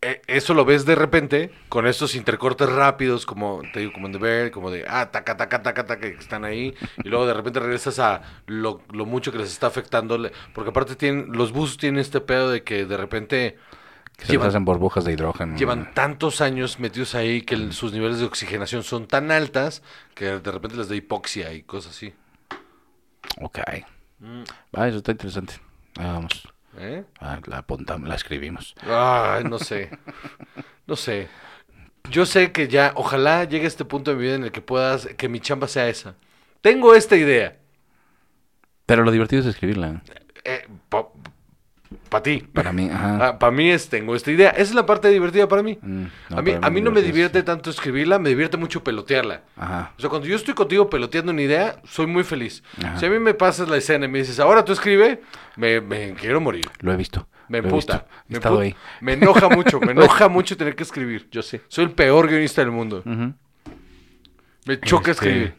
eh, eso lo ves de repente con estos intercortes rápidos, como te digo, como en The Bear, como de ah, taca, taca, taca, taca, que están ahí, y luego de repente regresas a lo, lo mucho que les está afectando, le- porque aparte tienen, los buzos tienen este pedo de que de repente
Que se
llevan,
hacen burbujas de hidrógeno.
llevan tantos años metidos ahí que el- sus niveles de oxigenación son tan altas que de repente les da hipoxia y cosas así.
Ok.
Mm.
Ah, eso está interesante. Ah, Vamos.
¿Eh?
Ah, la apuntamos, la escribimos.
Ay, no sé. No sé. Yo sé que ya, ojalá llegue este punto de mi vida en el que puedas, que mi chamba sea esa. Tengo esta idea.
Pero lo divertido es escribirla.
para Eh, ti.
Para mí, ajá.
para mí es, tengo esta idea. Esa es la parte divertida para mí.
Ah. Mm, no,
a mí,
para
a
mí
mí
lo
no me
divertido
divierte tanto escribirla, me divierte mucho pelotearla.
Ajá.
O sea, cuando yo estoy contigo peloteando una idea, soy muy feliz.
Ajá.
Si a mí me pasas la escena y me dices, ahora tú escribe, me, me quiero morir.
Lo he visto.
Me
lo he
emputa.
visto. He
Me,
estado
empu-
ahí.
me enoja mucho, me enoja mucho tener que escribir. Yo sé. Soy el peor guionista del mundo.
Ujú.
Me choca
Mm. Este-
escribir.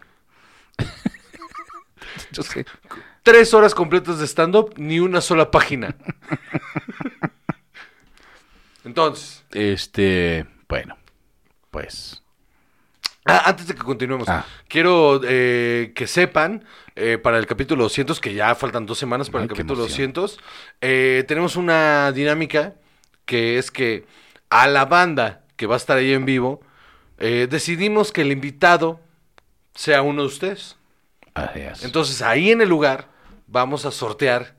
Yo sé.
Tres horas completas de stand-up, ni una sola página. Entonces,
Este, bueno, pues.
ah, antes de que continuemos,
Ah.
quiero eh, que sepan, eh, para el capítulo 200, que ya faltan dos semanas para
Ay,
el
qué
capítulo
emoción.
200, eh, tenemos una dinámica que es que a la banda que va a estar ahí en vivo, eh, decidimos que el invitado sea uno de ustedes.
Así es.
Entonces ahí en el lugar vamos a sortear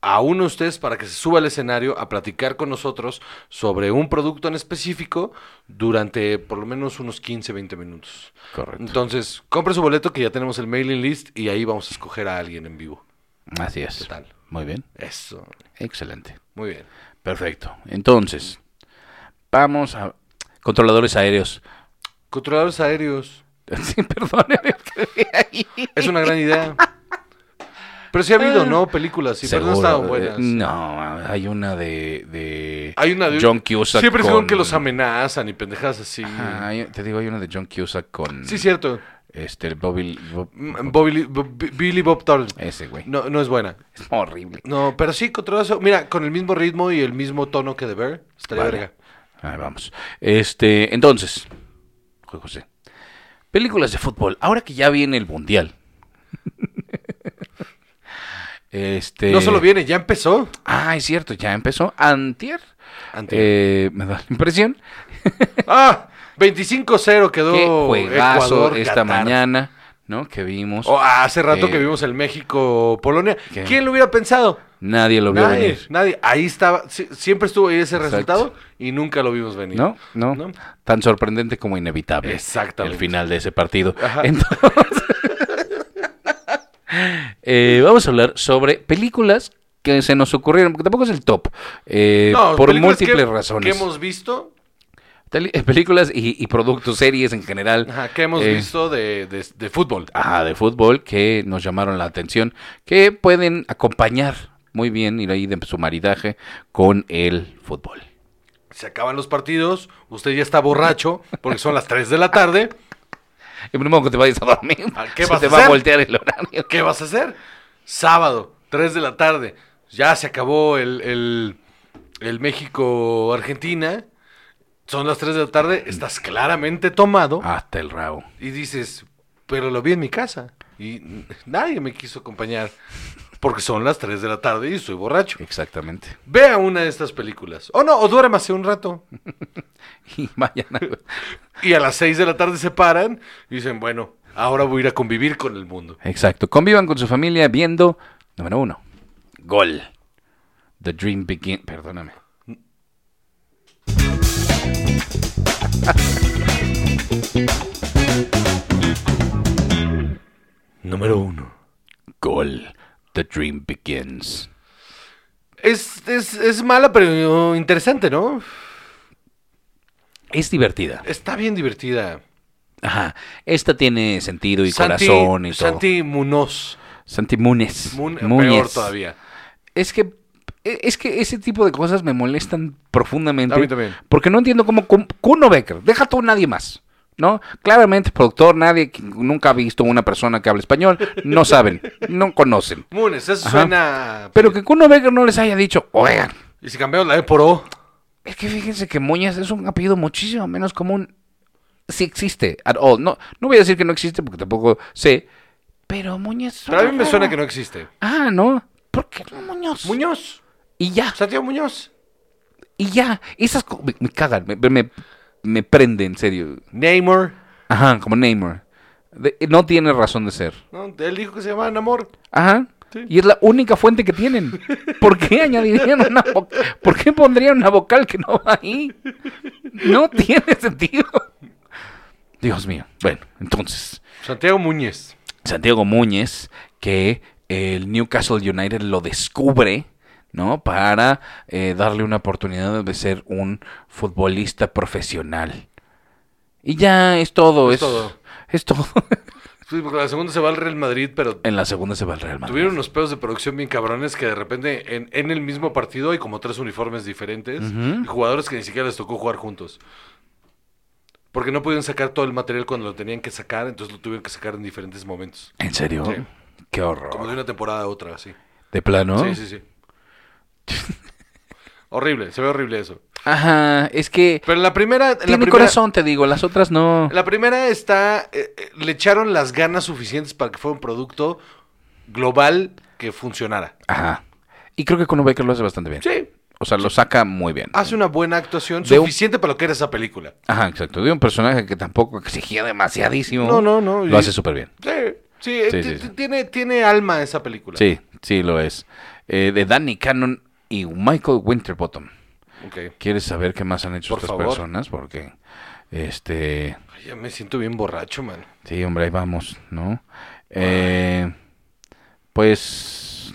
a uno de ustedes para que se suba al escenario a platicar con nosotros sobre un producto en específico durante por lo menos unos 15, 20 minutos.
Correcto.
Entonces, compre su boleto que ya tenemos el mailing list y ahí vamos a escoger a alguien en vivo.
Así es.
¿Qué tal?
Muy bien.
Eso.
Excelente.
Muy bien.
Perfecto. Entonces, vamos a. Controladores aéreos.
Controladores aéreos.
Sí, perdón. eh.
Es una gran idea. Pero sí ha habido, ¿no? Películas, sí, pero no
Seguro,
estaban
eh,
buenas.
No, hay una de. de
Hay una de...
John Cusack.
Siempre es como
con-
que los amenazan y pendejas así.
Ajá, hay- te digo, hay una de John Cusack con.
Sí, cierto.
Este, Bobby. Bob-
Mm, Bobby- Bob- Billy Bob Thornton.
ese, güey.
No, no es buena.
Es horrible.
No, pero sí, controla eso. Mira, con el mismo ritmo y el mismo tono que The Bear, estaría
Vale.
verga.
Ahí vamos. Este, entonces, Juan José. Películas de fútbol. Ahora que ya viene el mundial. este.
No solo viene, ya empezó.
Ah, es cierto, ya empezó. Antier.
Ante-
Eh, me da la impresión.
¡Ah! 25-0 quedó
Qué juegazo
Ecuador,
esta
Qatar. Oh,
mañana, ¿no? Que vimos.
O, hace rato
Eh,
que vimos el México-Polonia.
¿Qué?
¿Quién lo hubiera pensado?
Nadie lo vio
nadie,
venir.
nadie. Ahí estaba. sí, siempre estuvo ahí ese
Exacto.
resultado y nunca lo vimos venir.
¿No? ¿No?
¿No?
Tan sorprendente como inevitable.
Exactamente.
El final de ese partido.
Ajá.
Entonces, eh, vamos a hablar sobre películas que se nos ocurrieron, porque tampoco es el top, eh,
No,
por
películas que-
múltiples
Que
razones.
hemos visto,
Tele- eh, películas y, y productos, series en general.
ajá, que hemos
eh,
visto de, de- de fútbol. Ah,
ajá, de fútbol que nos llamaron la atención, que pueden acompañar muy bien, ir ahí de su maridaje con el fútbol.
Se acaban los partidos, usted ya está borracho porque son las 3 de la tarde.
Y primero que te vayas a dormir,
¿A qué
se
vas
te
a
va a
hacer?
voltear el horario.
¿Qué vas a hacer? Sábado, 3 de la tarde. Ya se acabó el, el- el México-Argentina. Son las 3 de la tarde, estás claramente tomado
Hasta el rabo.
y dices, pero lo vi en mi casa y n- nadie me quiso acompañar porque son las 3 de la tarde y estoy borracho.
Exactamente.
Vea una de estas películas. O no, o duérmase un rato.
Y mañana.
Y a las 6 de la tarde se paran y dicen, bueno, ahora voy a ir a convivir con el mundo.
Exacto. Convivan con su familia viendo. Número uno. Gol. The Dream Begin. Perdóname.
Número 1.
Gol. The Dream Begins.
Es, es, es mala, pero interesante, ¿no?
Es divertida.
Está bien divertida.
Ajá. Esta tiene sentido y
Santi,
corazón y todo. Santi,
Santi Munoz.
Munes.
Mun- eh, Peor
Muñez.
todavía.
Es que. e, Es que ese tipo de cosas me molestan profundamente.
A mí también.
Porque no entiendo cómo. cómo- Kuno Becker. Deja tú nadie más. ¿No? Claramente, productor, nadie que nunca ha visto una persona que habla español. No saben. no conocen.
Munes, eso
Ajá.
suena...
Pero que Kuno Becker no les haya dicho, oigan,
Y si cambiamos la E por O.
Es que fíjense que Moñas es un apellido muchísimo menos común. Si existe, at all. No, no voy a decir que no existe porque tampoco sé. Pero Moñas.
Pero a mí me suena que no existe.
Ah, no. ¿Por qué no Muñoz?
Muñoz.
Y ya.
Santiago Muñoz.
Y ya, esas co- me, me cagan, me, me, me prende, en serio.
Neymar.
Ajá, como Neymar. De- no tiene razón de ser.
¿no? Él dijo que se llamaba Namor.
Ajá. Y es la única fuente que tienen. ¿Por qué añadirían una vo- ¿Por qué pondrían una vocal que no va ahí? No tiene sentido. Dios mío. Bueno, entonces,
Santiago Muñez.
Santiago Muñez, que el Newcastle United lo descubre, ¿no? Para eh, darle una oportunidad de ser un futbolista profesional. Y ya es todo.
Es
Es,
todo.
es todo.
Sí, porque la segunda se va al Real Madrid, pero
en la segunda se va al Real Madrid.
tuvieron unos pedos de producción bien cabrones que de repente en, en el mismo partido hay como tres uniformes diferentes
Ujú.
y jugadores que ni siquiera les tocó jugar juntos. Porque no pudieron sacar todo el material cuando lo tenían que sacar, entonces lo tuvieron que sacar en diferentes momentos.
¿En serio?
Sí.
Qué
Como de
horror.
una temporada a otra, así.
¿De plano?
Sí, sí, sí. horrible, se ve horrible eso.
Ajá, es que
Pero en la primera... En la
tiene
primera-
corazón, te digo, las otras no.
en La primera está... eh, eh, le echaron las ganas suficientes para que fuera un producto global que funcionara.
Ajá. Y creo que con Becker lo hace bastante bien.
Sí. Ah,
O sea, lo saca muy bien.
Hace una buena actuación
De un-
suficiente para lo que era esa película.
Ajá, exacto. De un personaje que tampoco exigía demasiadísimo.
No, no, no.
Lo
Y-
hace súper bien.
Sí, sí, eh,
Sí,
ti-
sí,
ti-
sí.
Tiene, tiene alma esa película.
Sí, sí, lo es. Eh, de Danny Cannon y Michael Winterbottom.
Ok.
¿Quieres saber qué más han hecho
Por
estas
favor.
personas? Porque, este...
Ay, ya me siento bien borracho, man.
Sí, hombre, ahí vamos, ¿no? Eh, pues...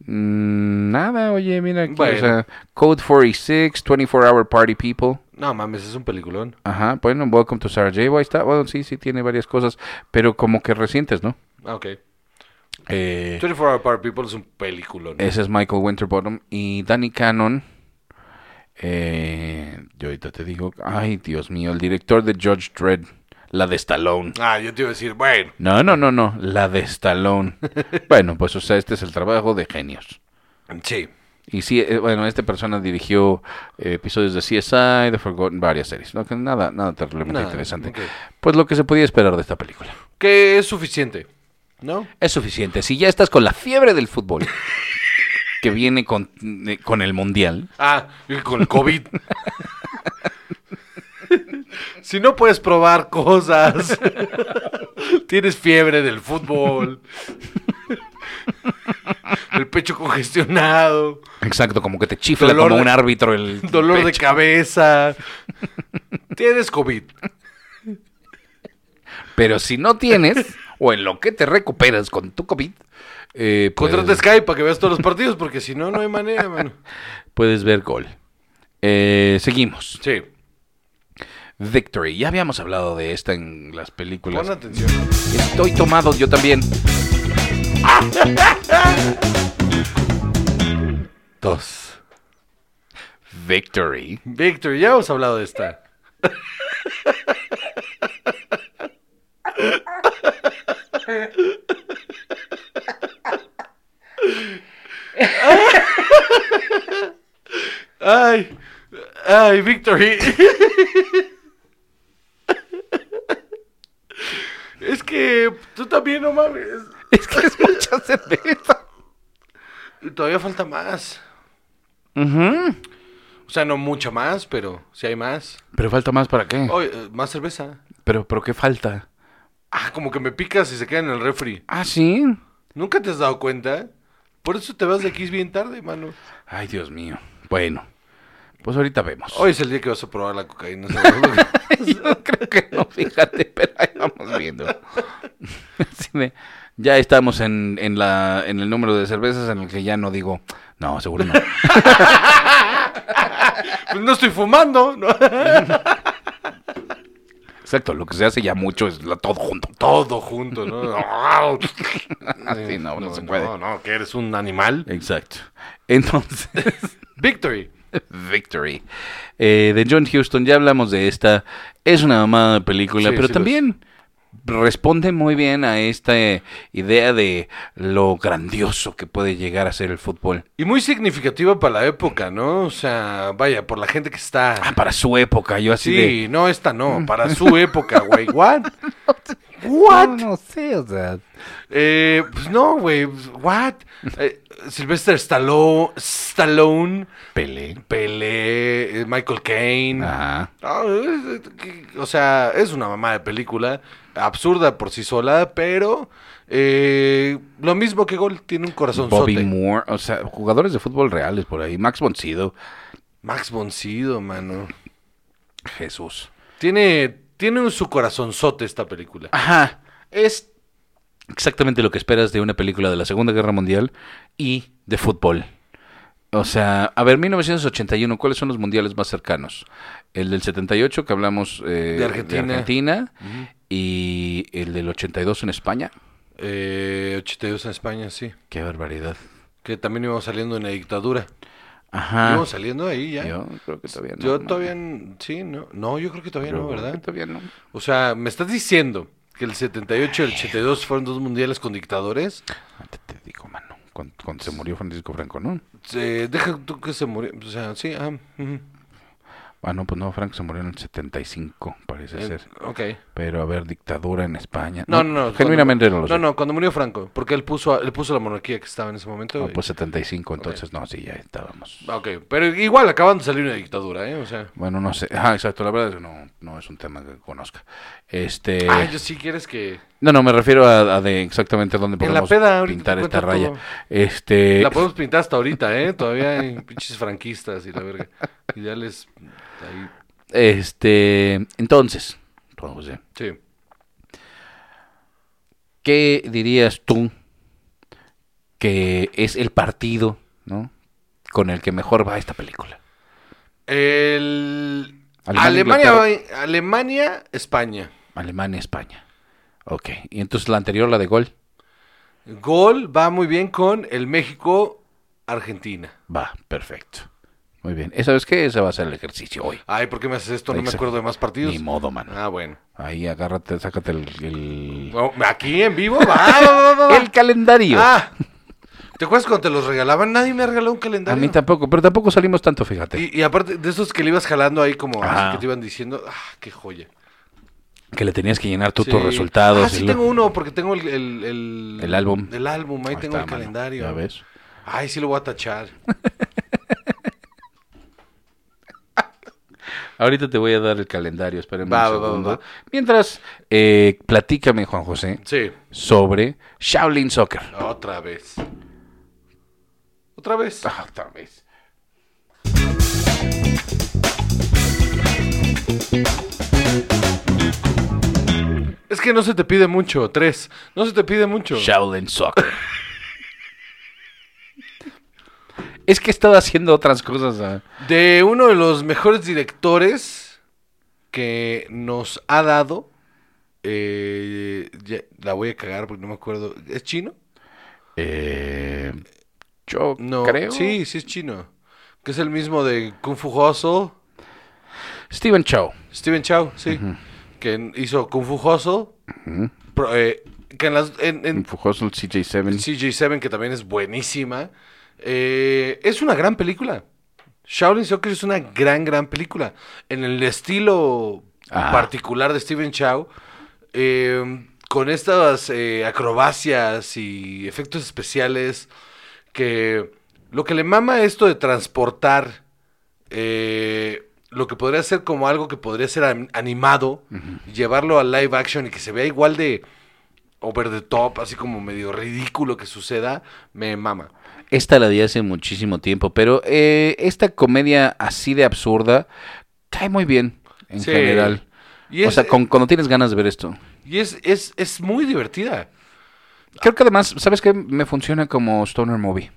mm, Nada, oye, mira aquí,
Bueno.
o sea, Code 46, 24 Hour Party People.
No mames, es un peliculón.
Ajá, bueno, Welcome to Sarah J. Ahí está, bueno, sí, sí, tiene varias cosas, pero como que recientes, ¿no?
Ah, ok.
Eh,
24 Hour Power People es un peliculón.
Ese es Michael Winterbottom y Danny Cannon. eh, yo ahorita te digo, ay Dios mío, el director de Judge Dredd, la de Stallone.
Ah, yo te iba a decir, bueno.
No, no, no, no, la de Stallone. bueno, pues o sea, este es el trabajo de genios.
Sí.
Y sí, eh, bueno, esta persona dirigió eh, episodios de CSI, de Forgotten, varias series. No, que nada, nada terriblemente
Nada,
interesante.
ok.
Pues lo que se podía esperar de esta película.
Que es suficiente. ¿No?
Es suficiente. Si ya estás con la fiebre del fútbol, que viene con, eh, con el mundial.
Ah, y con el COVID. si no puedes probar cosas, tienes fiebre del fútbol, el pecho congestionado,
Exacto, como que te chifla
Dolor
como
de-
un árbitro el
dolor de
pecho.
cabeza, tienes COVID.
Pero si no tienes, o en lo que te recuperas con tu COVID, eh,
Contrata
puedes,
Skype para que veas todos los partidos, porque si no, no hay manera, mano.
puedes ver gol. Eh, seguimos.
Sí,
Victory. Ya habíamos hablado de esta en Pues las películas.
pon atención.
Estoy tomado yo también.
Dos.
Victory.
Victor, ya hemos hablado de esta. Ay, ay, Victory. Es que tú también no mames.
Es que es mucha cerveza.
Todavía falta más. O sea, no mucha más, pero si hay más.
Pero falta más para qué.
Oye, eh, más cerveza.
Pero, pero qué falta.
Ah, como que me picas y se queda en el refri.
Ah, sí.
¿Nunca te has dado cuenta? Por eso te vas de aquí bien tarde, mano.
Ay, Dios mío. Bueno, pues ahorita vemos.
Hoy es el día que vas a probar la cocaína. seguro.
Yo creo que no, fíjate, pero ahí vamos viendo. Así de, ya estamos en, en la, en el número de cervezas en el que ya no digo, no, seguro no.
Pues no estoy fumando. ¿no?
Exacto, lo que se hace ya mucho es la- todo junto.
Todo junto, ¿no? Ah,
Así no, no,
no,
se puede.
No, no, que eres un animal.
Exacto. Entonces,
Victory.
Victory. Eh, de John Houston, ya hablamos de esta. Es una mamada de película,
Sí,
pero
sí lo
también responde muy bien a esta eh, idea de lo grandioso que puede llegar a ser el fútbol.
Y muy significativa para la época, ¿no? O sea, vaya, por la gente que está.
Ah, para su época, yo así
sí,
de...
no, esta no, para su época, güey. ¿What? ¿What?
No, no sé, o sea...
Eh, pues no, güey. ¿What? Eh, Sylvester Stallone, Stallone,
Pelé.
Pelé, eh, Michael Caine.
Ajá.
Ah, eh, eh, que- O sea, es una mamá de película, absurda por sí sola, pero eh, lo mismo que Gol, tiene un corazón
Bobby Moore, o sea, jugadores de fútbol reales por ahí. Max Boncido,
Max Boncido, mano.
Jesús.
Tiene, tiene un- su corazonzote esta película.
Ajá. Es exactamente lo que esperas de una película de la Segunda Guerra Mundial y de fútbol. O sea, a ver, 1981, ¿cuáles son los mundiales más cercanos? El del 78, que hablamos eh,
De Argentina.
Argentina, y el del 82 en España.
Eh, 82 en España, sí.
Qué barbaridad.
Que también íbamos saliendo en la dictadura.
Ajá.
Íbamos saliendo ahí ya. Yo,
Ah. Yo creo que todavía no. mami.
todavía, n- sí, no. No, yo creo que todavía
Yo
no,
creo que
¿verdad?
Todavía no.
O sea, ¿me estás diciendo que el 78 y el 82 fueron dos mundiales con dictadores?
Ah, Te, te digo, mano. Cuando, cuando se murió Francisco Franco, ¿no?
Se- deja tú que se murió. O sea, sí, ah, ujú.
Ah, no, pues no, Franco se murió en el 75, parece
Eh,
ser.
ok.
Pero a ver, dictadura en España.
No, no, no. cuando-
Genuinamente no lo sé.
No, no, cuando murió Franco. Porque él puso, a- él puso la monarquía que estaba en ese momento. Ah,
Ah, pues 75, entonces no, sí, ya estábamos.
Ok, pero igual acaban de salir una dictadura, ¿eh? O sea.
Bueno, no sé. Ah, exacto, la verdad es que no, no es un tema que conozca. Este.
Ah, yo sí quieres que.
No, no, me refiero a, a de exactamente dónde
En la
podemos
peda, ahorita
pintar
te
esta
cuento
raya.
todo.
Este.
La podemos pintar hasta ahorita, ¿eh? Todavía hay pinches franquistas y la verga. Y ya les. Ahí.
Este. Entonces, Juan José,
Sí.
¿qué dirías tú que es el partido, ¿no? Con el que mejor va esta película.
El.
Alemania,
Alemania, Alemania, España.
Alemania, España. Ok. Y entonces la anterior, la de gol,
Gol va muy bien con el México, Argentina.
va, perfecto. Muy bien. ¿Esa vez qué? Ese va a ser el ejercicio hoy.
Ay, ¿por qué me haces esto? No me
Exacto.
acuerdo de más partidos.
Ni modo, mano.
Ah, bueno.
Ahí agárrate, sácate el. El,
Bueno, Aquí en vivo, va, va, va, va, va.
el calendario.
Ah, ¿te acuerdas cuando te los regalaban? Nadie me regaló un
a
calendario.
mí tampoco, pero tampoco salimos tanto, fíjate.
Y, y aparte de esos que le ibas jalando ahí como así
Ajá.
que te iban diciendo, ah, qué joya.
Que le tenías que llenar tú tus
Sí.
resultados.
Ah,
y
sí
lo-
tengo uno porque tengo el... El, el,
El álbum.
El álbum, ahí,
Ahí
tengo
está,
el
mano.
calendario.
Ya ves.
Ay, sí lo voy a tachar.
Ahorita te voy a dar el calendario, espérame
Va,
un
va, va,
segundo.
va.
Mientras, eh, platícame, Juan José,
Sí,
sobre Shaolin Soccer.
otra vez. Otra vez.
Ah, Otra vez.
Es que no se te pide mucho, tres. No se te pide mucho.
Shaolin Soccer. es que he estado haciendo otras cosas. ah. ¿sabes?
De uno de los mejores directores que nos ha dado. eh, ya- la voy a cagar porque no me acuerdo. ¿Es chino?
Eh, yo
No.
creo.
Sí, sí es chino. Que es el mismo de Kung Fu Hustle.
Steven Chow.
Steven Chow, sí. Que en- hizo Kung Fu Hustle. Pro- eh, que en las. En, en
Fujoso, el CJ7.
CJ7, que también es buenísima. eh, es una gran película. Shaolin Soccer es una gran, gran película. En el estilo
Ajá.
particular de Steven Chow, eh, con estas eh, acrobacias y efectos especiales, que lo que le mama a esto de transportar eh, lo que podría ser como algo que podría ser an- animado, llevarlo a live action y que se vea igual de over the top, así como medio ridículo que suceda, me mama.
Esta la di hace muchísimo tiempo, pero eh, esta comedia así de absurda cae muy bien en
Sí.
general.
Y
o
es-
sea, con- cuando tienes ganas de ver esto.
Y es, es, es muy divertida.
Creo que además, ¿sabes qué? Me funciona como Stoner Movie.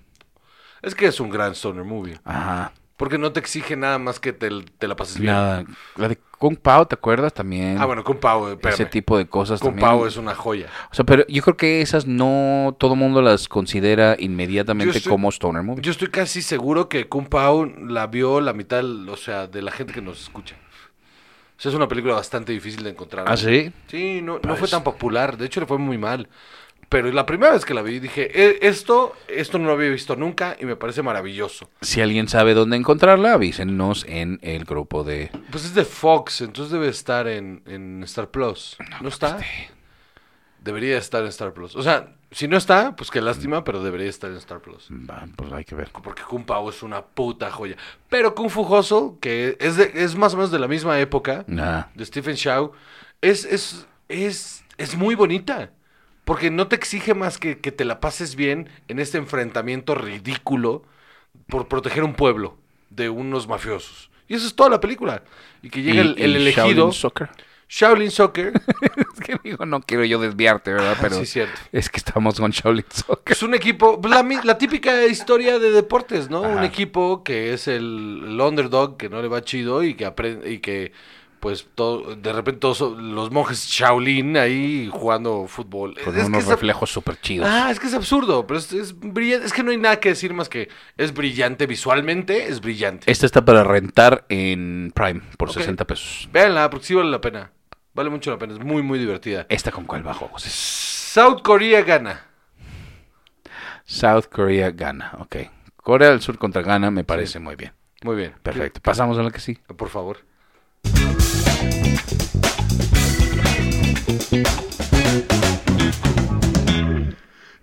Es que es un gran stoner movie.
Ajá.
Porque no te exige nada más que te, te la pases bien.
Nada. La de Kung Pao, ¿te acuerdas también?
Ah, bueno, Kung Pao, espérame.
Ese tipo de cosas
Kung
también.
Pao es una joya.
O sea, pero yo creo que esas no todo mundo las considera inmediatamente
Yo estoy-
como Stoner Movie.
Yo estoy casi seguro que Kung Pao la vio la mitad, o sea, de la gente que nos escucha. O sea, es una película bastante difícil de encontrar.
¿Ah, sí? Pues
Sí, no, no fue tan popular. De hecho, le fue muy mal. Pero la primera vez que la vi dije, "E- esto, esto no lo había visto nunca y me parece maravilloso.
Si alguien sabe dónde encontrarla, avísenos en el grupo de...
Pues es de Fox, entonces debe estar en, en Star Plus. ¿No, está?
este,
Debería estar en Star Plus. O sea, si no está, pues qué lástima, pero debería estar en Star Plus.
Va, Pues hay que ver.
Porque Kung Pao es una puta joya. Pero Kung Fu Hustle, que es, de- es más o menos de la misma época,
Nah.
de Stephen Chow, es, es, es, es muy bonita. Porque no te exige más que, que te la pases bien en este enfrentamiento ridículo por proteger un pueblo de unos mafiosos. Y eso es toda la película. Y que llega
Y-
el, el
y
elegido,
Shaolin Soccer.
Shaolin Soccer,
Es que digo, no quiero yo desviarte, ¿verdad? Pero
Ah, sí, cierto.
es que estamos con Shaolin
que
Soccer.
es un equipo, pues, la, mi- la típica historia de deportes, ¿no? Un
Ajá.
equipo que es el, el underdog, que no le va chido y que aprende, y que pues todo, de repente todos son- los monjes Shaolin ahí jugando fútbol.
Con
Es que
unos
esa-
reflejos súper chidos.
Ah, es que es absurdo, pero es, es brillante. Es que no hay nada que decir más que es brillante visualmente, es brillante.
Esta está para rentar en Prime por
Ok.
60 pesos.
Véanla, porque sí vale la pena. Vale mucho la pena, es muy, muy divertida.
¿Esta con cuál bajo? José?
South Korea gana.
South Korea, Ghana. Ok. Corea del Sur contra Ghana me parece muy bien.
Muy bien.
Perfecto. Pasamos a la que sí.
Por favor.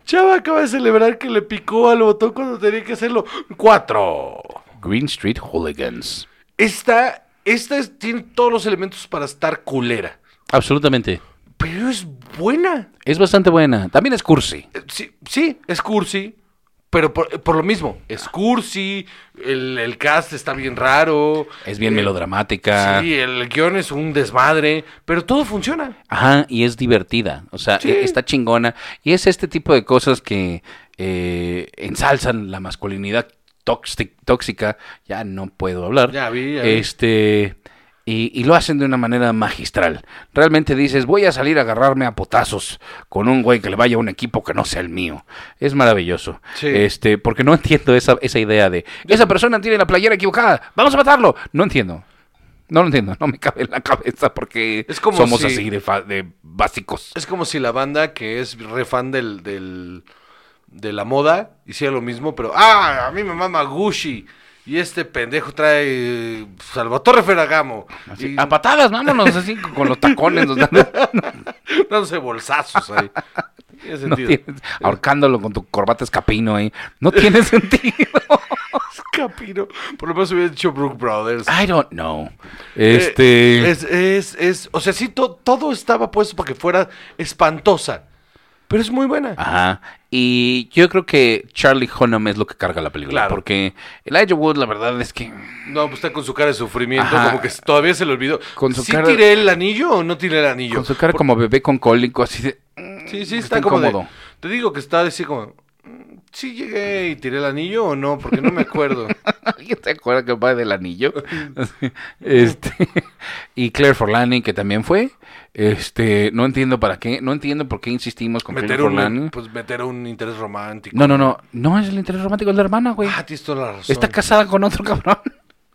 Chava acaba de celebrar que le picó al botón cuando tenía que hacerlo. ¡Cuatro!
Green Street Hooligans.
Esta, esta es- tiene todos los elementos para estar culera.
Absolutamente.
Pero es buena.
Es bastante buena. También es cursi.
Eh, Sí, sí, es cursi. Pero por, por lo mismo, es cursi, el, el cast está bien raro.
Es bien
eh,
melodramática.
Sí, el guión es un desmadre, pero todo funciona.
Ajá, y es divertida. O sea,
Sí.
e- está chingona. Y es este tipo de cosas que eh, ensalzan la masculinidad tóxi- tóxica. Ya no puedo hablar.
Ya vi, ya vi.
Este. Y, y lo hacen de una manera magistral. Realmente dices, voy a salir a agarrarme a potazos con un güey que le vaya a un equipo que no sea el mío. Es maravilloso.
Sí.
Este, porque no entiendo esa, esa idea de, esa persona tiene la playera equivocada, vamos a matarlo. No entiendo. No lo entiendo, no me cabe en la cabeza porque
Es como
somos
si-
así de, fa- de básicos.
Es como si la banda que es re fan del, del- de la moda hiciera lo mismo, pero ¡ah! A mí me mama Gucci. Y este pendejo trae eh, Salvatore Ferragamo.
Así,
y
A patadas, vámonos así con los tacones, o sea, no-
dándose bolsazos ahí. No tiene
no
sentido.
tiene- ahorcándolo con tu corbata escapino ahí. No tiene sentido.
Capiro. Por lo menos hubiera dicho Brook Brothers.
I don't know. Ah, Este
Eh, es, es, es- o sea, sí, to- todo estaba puesto para que fuera espantosa. Pero es muy buena.
Ajá. Y yo creo que Charlie Hunnam es lo que carga la película.
Claro.
Porque Elijah Wood, la verdad es que.
No, pues está con su cara de sufrimiento,
Ajá.
como que todavía se le olvidó.
Con su
¿Sí
cara-
tiré el anillo o no tiré el anillo?
Con su cara como bebé con cólico, así de.
Sí, sí,
que
está,
está
como de-
incómodo.
te digo que está así como, "Mm, sí llegué y tiré el anillo o no, porque no me acuerdo.
¿Alguien se acuerda que va del anillo? Así, este, y Claire Forlani, que también fue. Este, no entiendo para qué, no entiendo por qué insistimos con
meter
Claire Forlani.
un, pues meter un interés romántico.
No, no, no, no es el interés romántico, es la hermana, güey.
Ah, tienes toda la razón.
Está casada con otro cabrón.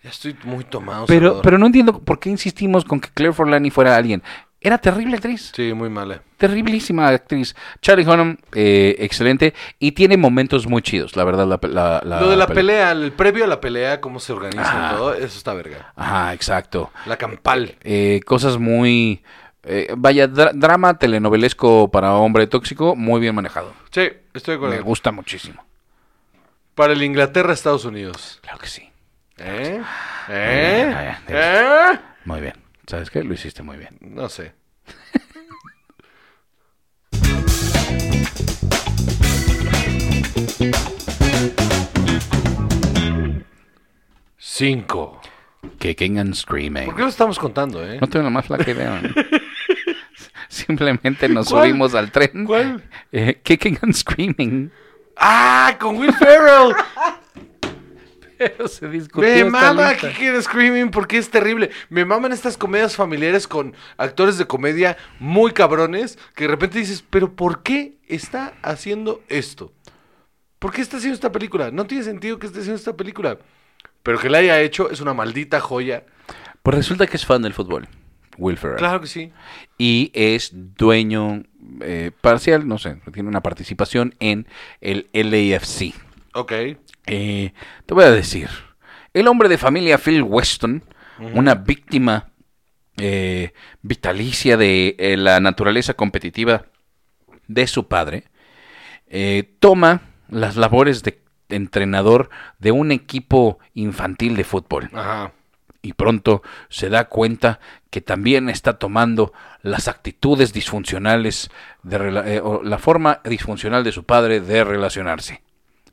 Ya estoy muy tomado.
Pero,
Salvador.
pero no entiendo por qué insistimos con que Claire Forlani fuera alguien. Era terrible actriz.
Sí, muy eh. mala.
Terriblísima actriz. Charlie Hunnam, eh, excelente. Y tiene momentos muy chidos, la verdad. La, pe- la- la
Lo de la
peli-
pelea, el previo a la pelea, cómo se organiza
Ah.
y todo, eso está verga.
Ajá, exacto.
La campal.
eh, cosas muy... eh, vaya, dra- drama telenovelesco para hombre tóxico, muy bien manejado.
Sí, estoy de
Me
acuerdo.
gusta muchísimo.
Para el Inglaterra, Estados Unidos.
Claro que sí.
¿Eh?
Ah,
¿Eh?
ya,
¿Eh?
Muy bien. ¿Sabes qué? Lo hiciste muy bien.
No sé. Cinco.
Kicking and Screaming.
¿Por qué lo estamos contando, eh?
No tengo la más flaca idea. man. Simplemente nos
¿Cuál?
subimos al tren.
¿Cuál?
Eh, kicking and Screaming.
¡Ah! ¡Con Will Ferrell!
Pero se discutió
Me
esta
mama
lista.
Kick and Screaming porque es terrible. Me maman estas comedias familiares con actores de comedia muy cabrones que de repente dices, pero ¿por qué está haciendo esto? ¿Por qué está haciendo esta película? No tiene sentido que esté haciendo esta película. Pero que la haya hecho es una maldita joya.
Pues resulta que es fan del fútbol. Will Ferrell.
Claro que sí.
Y es dueño eh, parcial, no sé, tiene una participación en el LAFC.
Ok.
Eh, te voy a decir, el hombre de familia Phil Weston, una víctima eh, vitalicia de eh, la naturaleza competitiva de su padre, eh, toma las labores de entrenador de un equipo infantil de fútbol
Ajá.
y pronto se da cuenta que también está tomando las actitudes disfuncionales, de, rela- eh, o la forma disfuncional de su padre de relacionarse.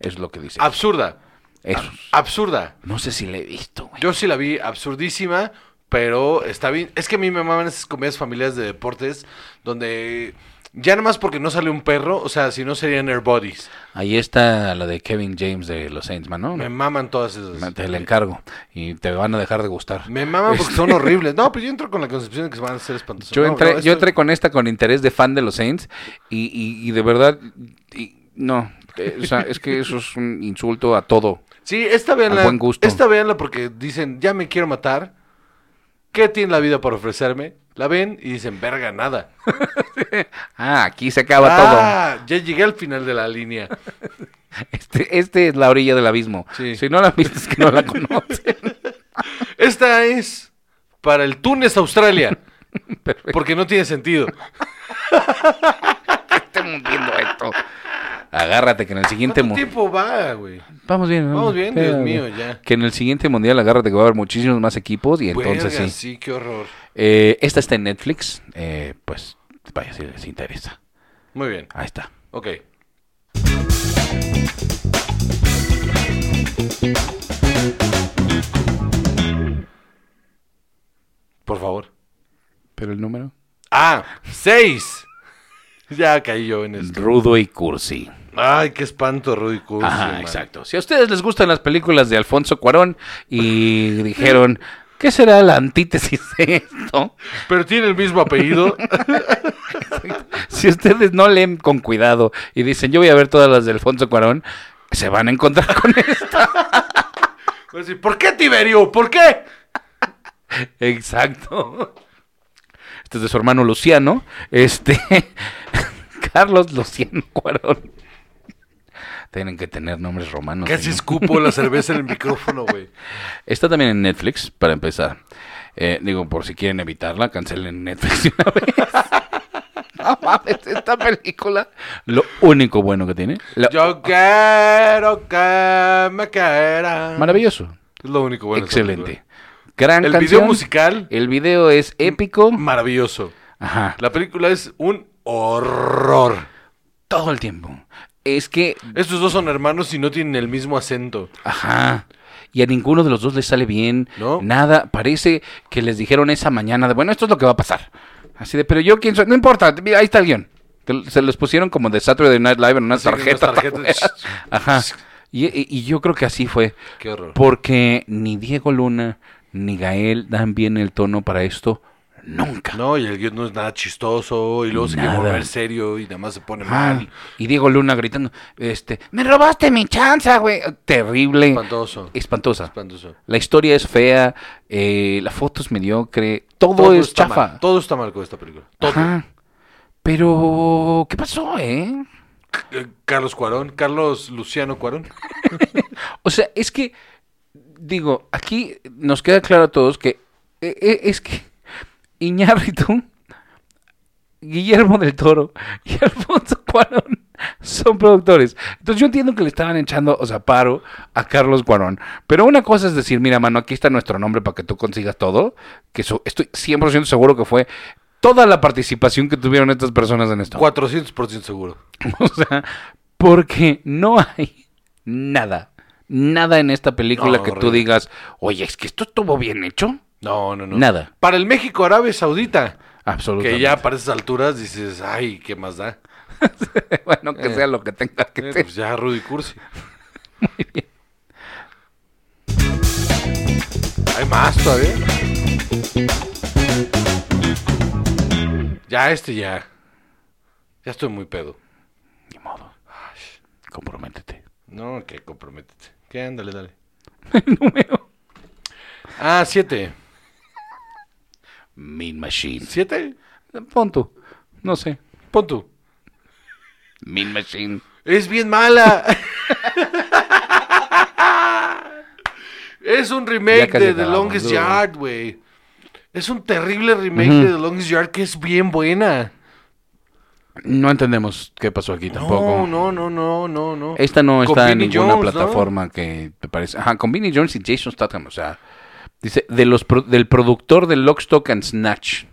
Es lo que dice.
Ah, Absurda.
Eso.
Absurda.
No sé si le he visto, güey.
Yo sí la vi absurdísima, pero está bien. Es que a mí me maman esas comedias familiares de deportes donde ya nada más porque no sale un perro, o sea, si no serían Airbodies.
Ahí está la de Kevin James de los Saints, man, ¿no?
Me maman todas esas.
Te la encargo y te van a dejar de gustar.
Me maman porque son horribles. No, pero yo entro con la concepción de que se van a hacer espantosos.
Este- Yo
No,
entré,
no,
yo
esto-
entré con esta con interés de fan de los Saints y, y- y de verdad, y- no. Eh, o sea, es que eso es un insulto a todo.
Sí, esta véanla.
Al buen gusto.
Esta véanla porque dicen, ya me quiero matar. ¿Qué tiene la vida para ofrecerme? La ven y dicen, verga, nada.
Ah, aquí se acaba todo.
ah, ya llegué al final de la línea.
Este, este es la orilla del abismo.
Sí.
Si no la viste, es que no la conoces.
Esta es para el Túnez, Australia. Porque no tiene sentido.
Estamos viendo esto. Agárrate que en el siguiente
¿Cuánto
mundial.
tiempo va, güey?
Vamos bien,
Vamos bien, Dios
Eh,
mío, ya.
Que en el siguiente mundial agárrate que va a haber muchísimos más equipos y entonces
Verga,
sí.
sí, qué horror.
Eh, esta está en Netflix. eh, pues vaya si les interesa.
Muy bien,
Ahí está.
ok. Por favor.
Pero el número.
Ah, seis. Ya caí yo en esto.
Rudo y Cursi.
Ay, qué espanto, Rudy Cursi.
Ajá,
man.
exacto. Si a ustedes les gustan las películas de Alfonso Cuarón y dijeron, ¿qué será la antítesis de esto?
Pero tiene el mismo apellido.
Si ustedes no leen con cuidado y dicen, yo voy a ver todas las de Alfonso Cuarón, se van a encontrar con esta.
Voy a decir, Pues ¿Por qué Tiberio? ¿Por qué?
Exacto. Este es de su hermano Luciano. Este. Carlos Luciano Cuarón. Tienen que tener nombres romanos.
Casi
señor.
escupo la cerveza en el micrófono, güey.
Está también en Netflix, para empezar. Eh, digo, por si quieren evitarla, cancelen Netflix de una vez. No mames, esta película. Lo único bueno que tiene. la-
Yo quiero que me quiera.
Maravilloso.
Es lo único bueno. de esa
Excelente.
película.
Gran
El
canción.
video musical,
El video es épico.
maravilloso.
Ajá.
La película es un horror.
Todo el tiempo. Es que
Estos dos son hermanos y no tienen el mismo acento.
Ajá. Y a ninguno de los dos les sale bien.
No.
Nada. Parece que les dijeron esa mañana de, bueno, esto es lo que va a pasar. Así de, pero yo quién soy. No importa, mira, ahí está el guión. Te- Se los pusieron como de Saturday Night Live en unas
Sí, en unas
tarjetas.
tarjetas.
afuera. Ajá. Y, y- y yo creo que así fue.
Qué horror.
Porque ni Diego Luna ni Gael dan bien el tono para esto nunca.
No, y el guión no es nada chistoso. Y luego se quiere
Nada.
volver serio y nada más se pone
Ah,
mal.
y Diego Luna gritando, este, me robaste mi chanza, güey. Terrible.
Espantoso.
Espantosa.
Espantoso.
La historia es fea, eh, la foto es mediocre, todo, es
está
chafa.
mal, Todo está mal con esta película. Todo.
Ajá. Pero, ¿qué pasó, eh?
Eh, Carlos Cuarón, Carlos Luciano Cuarón.
O sea, es que, digo, aquí nos queda claro a todos que eh, eh, es que Iñárritu, Guillermo del Toro y Alfonso Cuarón son productores. Entonces yo entiendo que le estaban echando, o sea, paro a Carlos Cuarón. Pero una cosa es decir, mira, mano, aquí está nuestro nombre para que tú consigas todo. Que eso estoy 100% seguro que fue toda la participación que tuvieron estas personas en esto.
400% seguro.
O sea, porque no hay nada, nada en esta película
No,
que tú
horrible.
digas, oye, es que esto estuvo bien hecho.
No, no, no.
Nada.
Para el México Árabe Saudita.
Absolutamente.
Que ya para esas alturas dices, ay, ¿qué más da?
bueno, que
Eh.
sea lo que tenga que
Eh,
ser.
pues ya Rudy Cursi. Hay más todavía. Ya, este ya. Ya estoy muy pedo.
Ni modo. Comprométete.
No, que comprométete. Que ándale, dale. Número. Ah, siete.
Mean Machine.
¿Siete?
Pon tú. No sé.
Pon tú.
Mean Machine.
Es bien mala. es un
Ya
remake
casi
de The
acabamos,
Longest
duro.
Yard, güey. Es un terrible remake de The Longest Yard que es bien buena.
No entendemos qué pasó aquí
No,
tampoco.
no, no, no, no, no.
Esta no
Con
está en
Vinnie
ninguna
Jones, ¿no?
plataforma que te parece. Ajá, con Vinnie Jones y Jason Statham, o sea. Dice, de los pro- del productor de Lock, Stock and Snatch.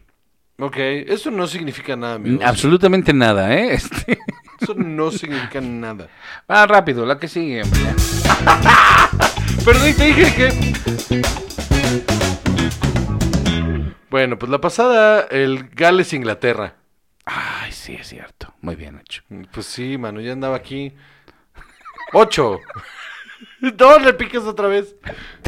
Ok, eso no significa nada,
Mm,
amigos.
Absolutamente nada, ¿eh? Este-
Eso no significa nada.
Ah, rápido, la que sigue, hombre. ya.
Pero ni te dije que. Bueno, pues la pasada, el Gales Inglaterra.
Ay, sí, es cierto. Muy bien hecho.
Pues sí, mano, ya andaba aquí. Ocho. No le piques otra vez.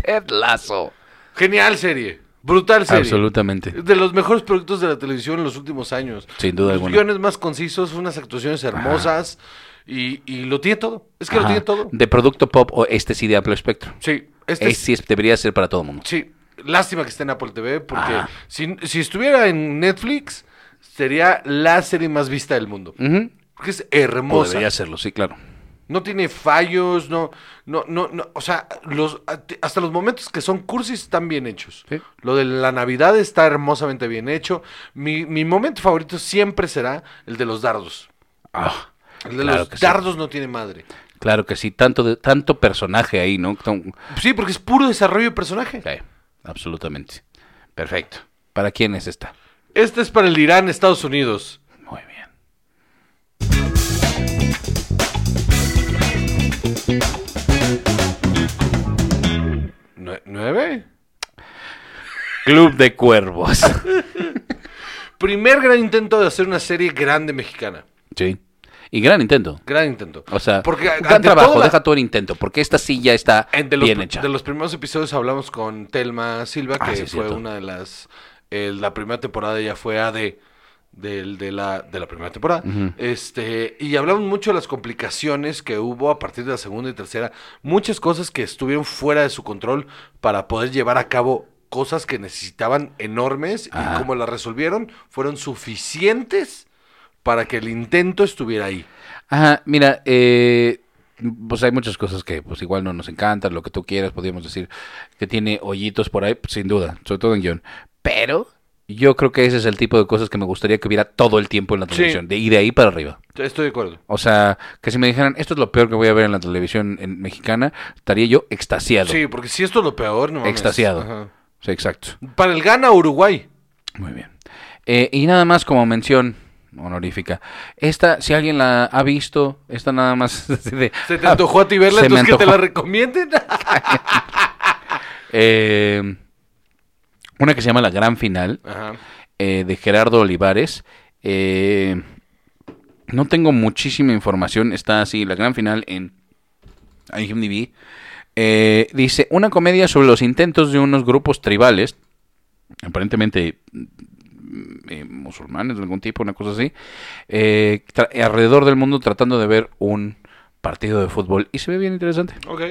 Ted Lasso.
Genial serie. Brutal serie.
Absolutamente.
De los mejores productos de la televisión en los últimos años.
Sin
Los
duda alguna.
guiones más concisos, unas actuaciones hermosas. Y, y lo tiene todo. Es que lo
Ajá.
tiene todo.
De producto pop o este sí de amplio espectro.
Sí. Este
Este
es-
sí es- debería ser para todo el mundo.
Sí, lástima que esté en Apple TV, porque
Ajá.
si, si estuviera en Netflix, sería la serie más vista del mundo.
Ujú.
Porque es
O
hermosa.
debería serlo, sí, claro.
No tiene fallos, no, no, no, no, o sea, los, hasta los momentos que son cursis están bien hechos.
Sí.
Lo de la Navidad está hermosamente bien hecho. Mi, mi momento favorito siempre será el de los dardos.
Ah,
El de
claro que
los
sí.
dardos no tiene madre.
Claro que sí, tanto, de- tanto personaje ahí, ¿no? Tan-
Sí, porque es puro desarrollo de personaje.
Sí, absolutamente. Perfecto. ¿Para quién es esta?
Este es para el Irán, Estados Unidos.
Muy bien.
Nue- ¿Nueve?
Club de Cuervos.
Primer gran intento de hacer una serie grande mexicana.
sí. Y gran intento.
Gran intento.
O sea,
porque
un gran
ante
trabajo,
todo la-
deja todo el intento, porque esta sí ya está
en- de los,
bien hecha.
de los primeros episodios hablamos con Telma Silva,
Ah,
que
sí, es
fue
cierto.
una de las. el- la primera temporada ya fue AD del, de, la, de la primera temporada. este Y hablamos mucho de las complicaciones que hubo a partir de la segunda y tercera. Muchas cosas que estuvieron fuera de su control para poder llevar a cabo cosas que necesitaban enormes
Ajá.
y como las resolvieron fueron suficientes para que el intento estuviera ahí.
Ajá, mira, eh, pues hay muchas cosas que pues igual no nos encantan, lo que tú quieras, podríamos decir que tiene hoyitos por ahí, sin duda, sobre todo en guión. Pero yo creo que ese es el tipo de cosas que me gustaría que hubiera todo el tiempo en la
Sí.
televisión, de, y de ahí para arriba.
Estoy de acuerdo.
O sea, que si me dijeran, esto es lo peor que voy a ver en la televisión en- mexicana, estaría yo extasiado.
Sí, porque si esto es lo peor, no mames.
Extasiado.
Ajá.
Sí, exacto.
Para el Gana Uruguay.
Muy bien. Eh, y nada más como mención honorífica. Esta, si alguien la ha visto, esta nada más... así de-
¿Se te antojó a ti verla?
Ah, Se me
Entonces que te
antojó.
la recomienden.
Eh, una que se llama La Gran Final,
Ajá.
eh, de Gerardo Olivares. Eh, no tengo muchísima información, está así, La Gran Final en IMDb. Eh, dice, una comedia sobre los intentos de unos grupos tribales, aparentemente mm, eh, musulmanes de algún tipo, una cosa así, eh, tra- alrededor del mundo tratando de ver un partido de fútbol. Y se ve bien interesante
Ok,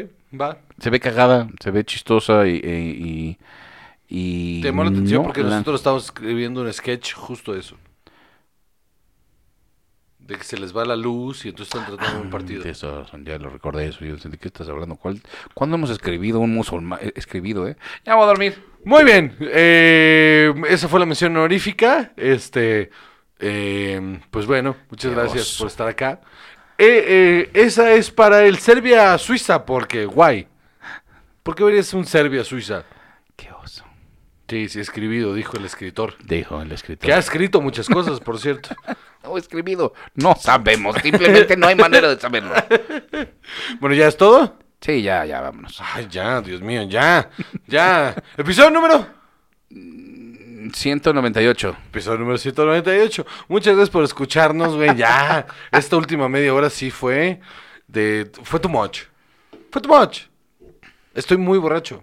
va.
se ve cagada, se ve chistosa y... e, y, y- y
Te llamó la atención
no,
porque
la-
nosotros estamos escribiendo un sketch justo de eso. De que se les va la luz y entonces están tratando
Ah,
un partido.
Mm, Tienes toda la razón, ya lo recordé eso. Yo, ¿De qué estás hablando? ¿Cuál, ¿Cuándo hemos escribido un musulmán? eh, Escribido, ¿eh? Ya voy a dormir.
Muy bien. eh, esa fue la mención honorífica. Este, eh, pues bueno, muchas
Qué
gracias
oso.
por estar acá. Eh, eh, esa es para el Serbia-Suiza, porque guay. ¿Por qué verías un Serbia-Suiza?
Qué oso.
Sí, sí, escribido, dijo el escritor.
Dijo el escritor.
Que ha escrito muchas cosas, por cierto.
No, escribido. No sabemos. Simplemente no hay manera de saberlo.
Bueno, ¿ya es todo?
Sí, ya, ya, vámonos.
Ay, ya, Dios mío, ya, ya. Episodio número.
198.
Episodio número 198. Muchas gracias por escucharnos, güey. Ya. Esta última media hora sí fue de. Fue too much. Fue too much. Estoy muy borracho.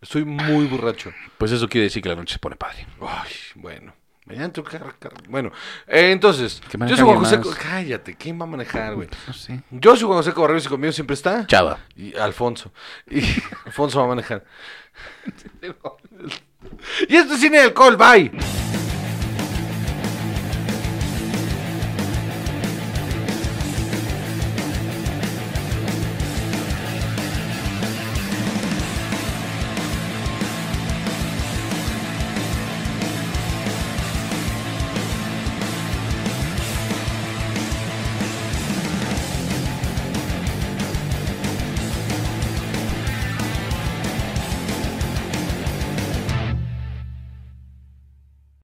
Estoy muy borracho.
Pues eso quiere decir que la noche se pone padre.
Ay, bueno. Mañana tengo que arrancar. Bueno, eh, entonces.
Que
Yo
maneje
soy Juan José.
alguien
Co-
más.
Cállate, ¿quién va a manejar, güey?
No sé.
Yo soy Juan José Cobarrubias y conmigo siempre está.
Chava.
Y Alfonso. Y Alfonso va a manejar. Y esto es Cine del Alcohol, bye.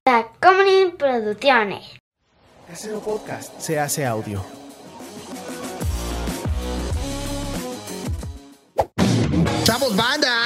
Tacomunin Producciones.
Casero Podcast se hace audio.
¡Chavos, banda!